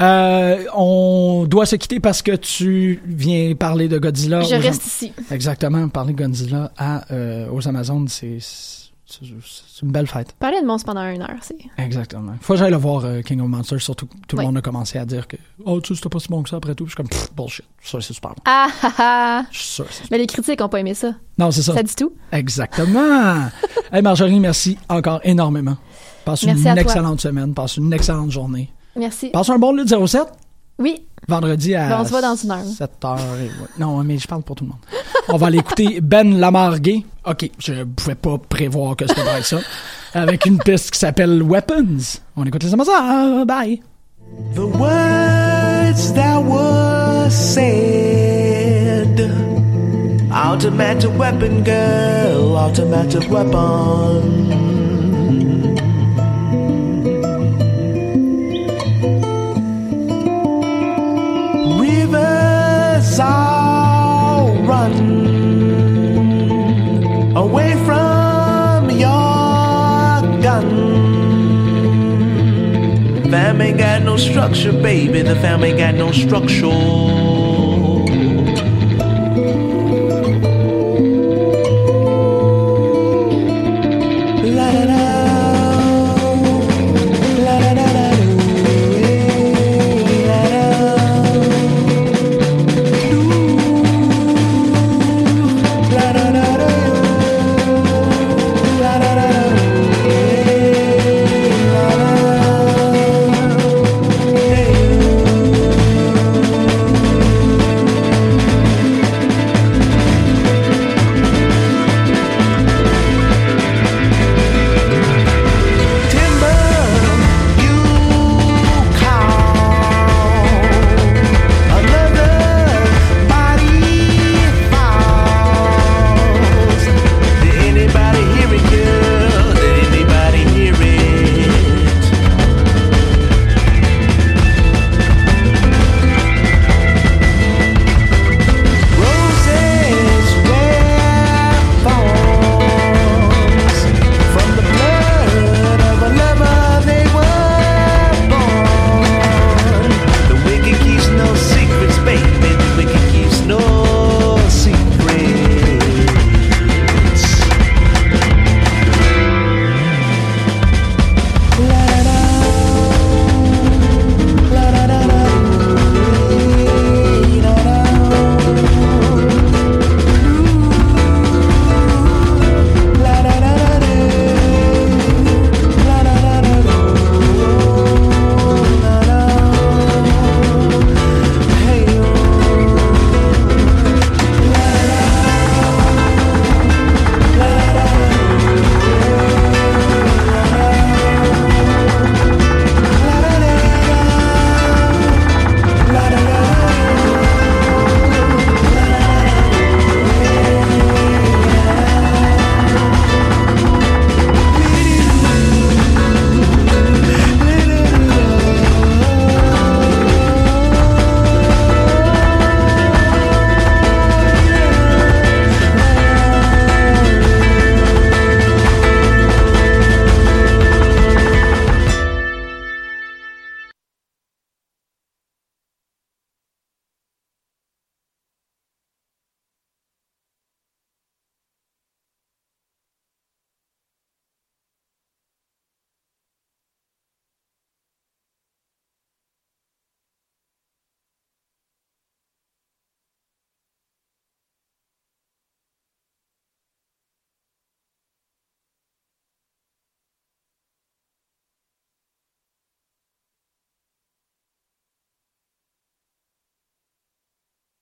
S10: Euh, on doit se quitter parce que tu viens parler de Godzilla.
S11: Je
S10: aux Am-
S11: reste ici.
S10: Exactement. Parler de Godzilla à, euh, aux Amazones, c'est, c'est, c'est une belle fête.
S11: Parler de monstres pendant une heure, c'est
S10: Exactement. Faut que j'aille le voir, euh, King of Monsters, surtout que tout
S11: Ouais.
S10: le monde a commencé à dire que Oh, tu sais, c'était pas si bon que ça après tout. Puis Je suis comme Pff, bullshit. Ça, c'est super bon.
S11: Ah ah ah.
S10: Je suis sûr. c'est-
S11: Mais les critiques ont pas aimé ça.
S10: Non, c'est ça.
S11: Ça dit tout.
S10: Exactement. hey, Marjorie, merci encore énormément. Passe
S11: Merci à
S10: une
S11: toi.
S10: excellente semaine. Passe une excellente journée.
S11: Merci.
S10: Passe un bon lutte 07.
S11: Oui,
S10: Vendredi à
S11: Ben, on se voit dans une heure.
S10: 7 h Non, mais je parle pour tout le monde. On va aller écouter Ben Lamargué. OK, je pouvais pas prévoir que c'était vrai ça. Avec une piste qui s'appelle Weapons. On écoute les Amazones. Bye.
S13: The words that were said Automatic weapon girl, automatic weapon Rivers all run away from your gun Fam ain't got no structure, baby. The fam ain't got no structure.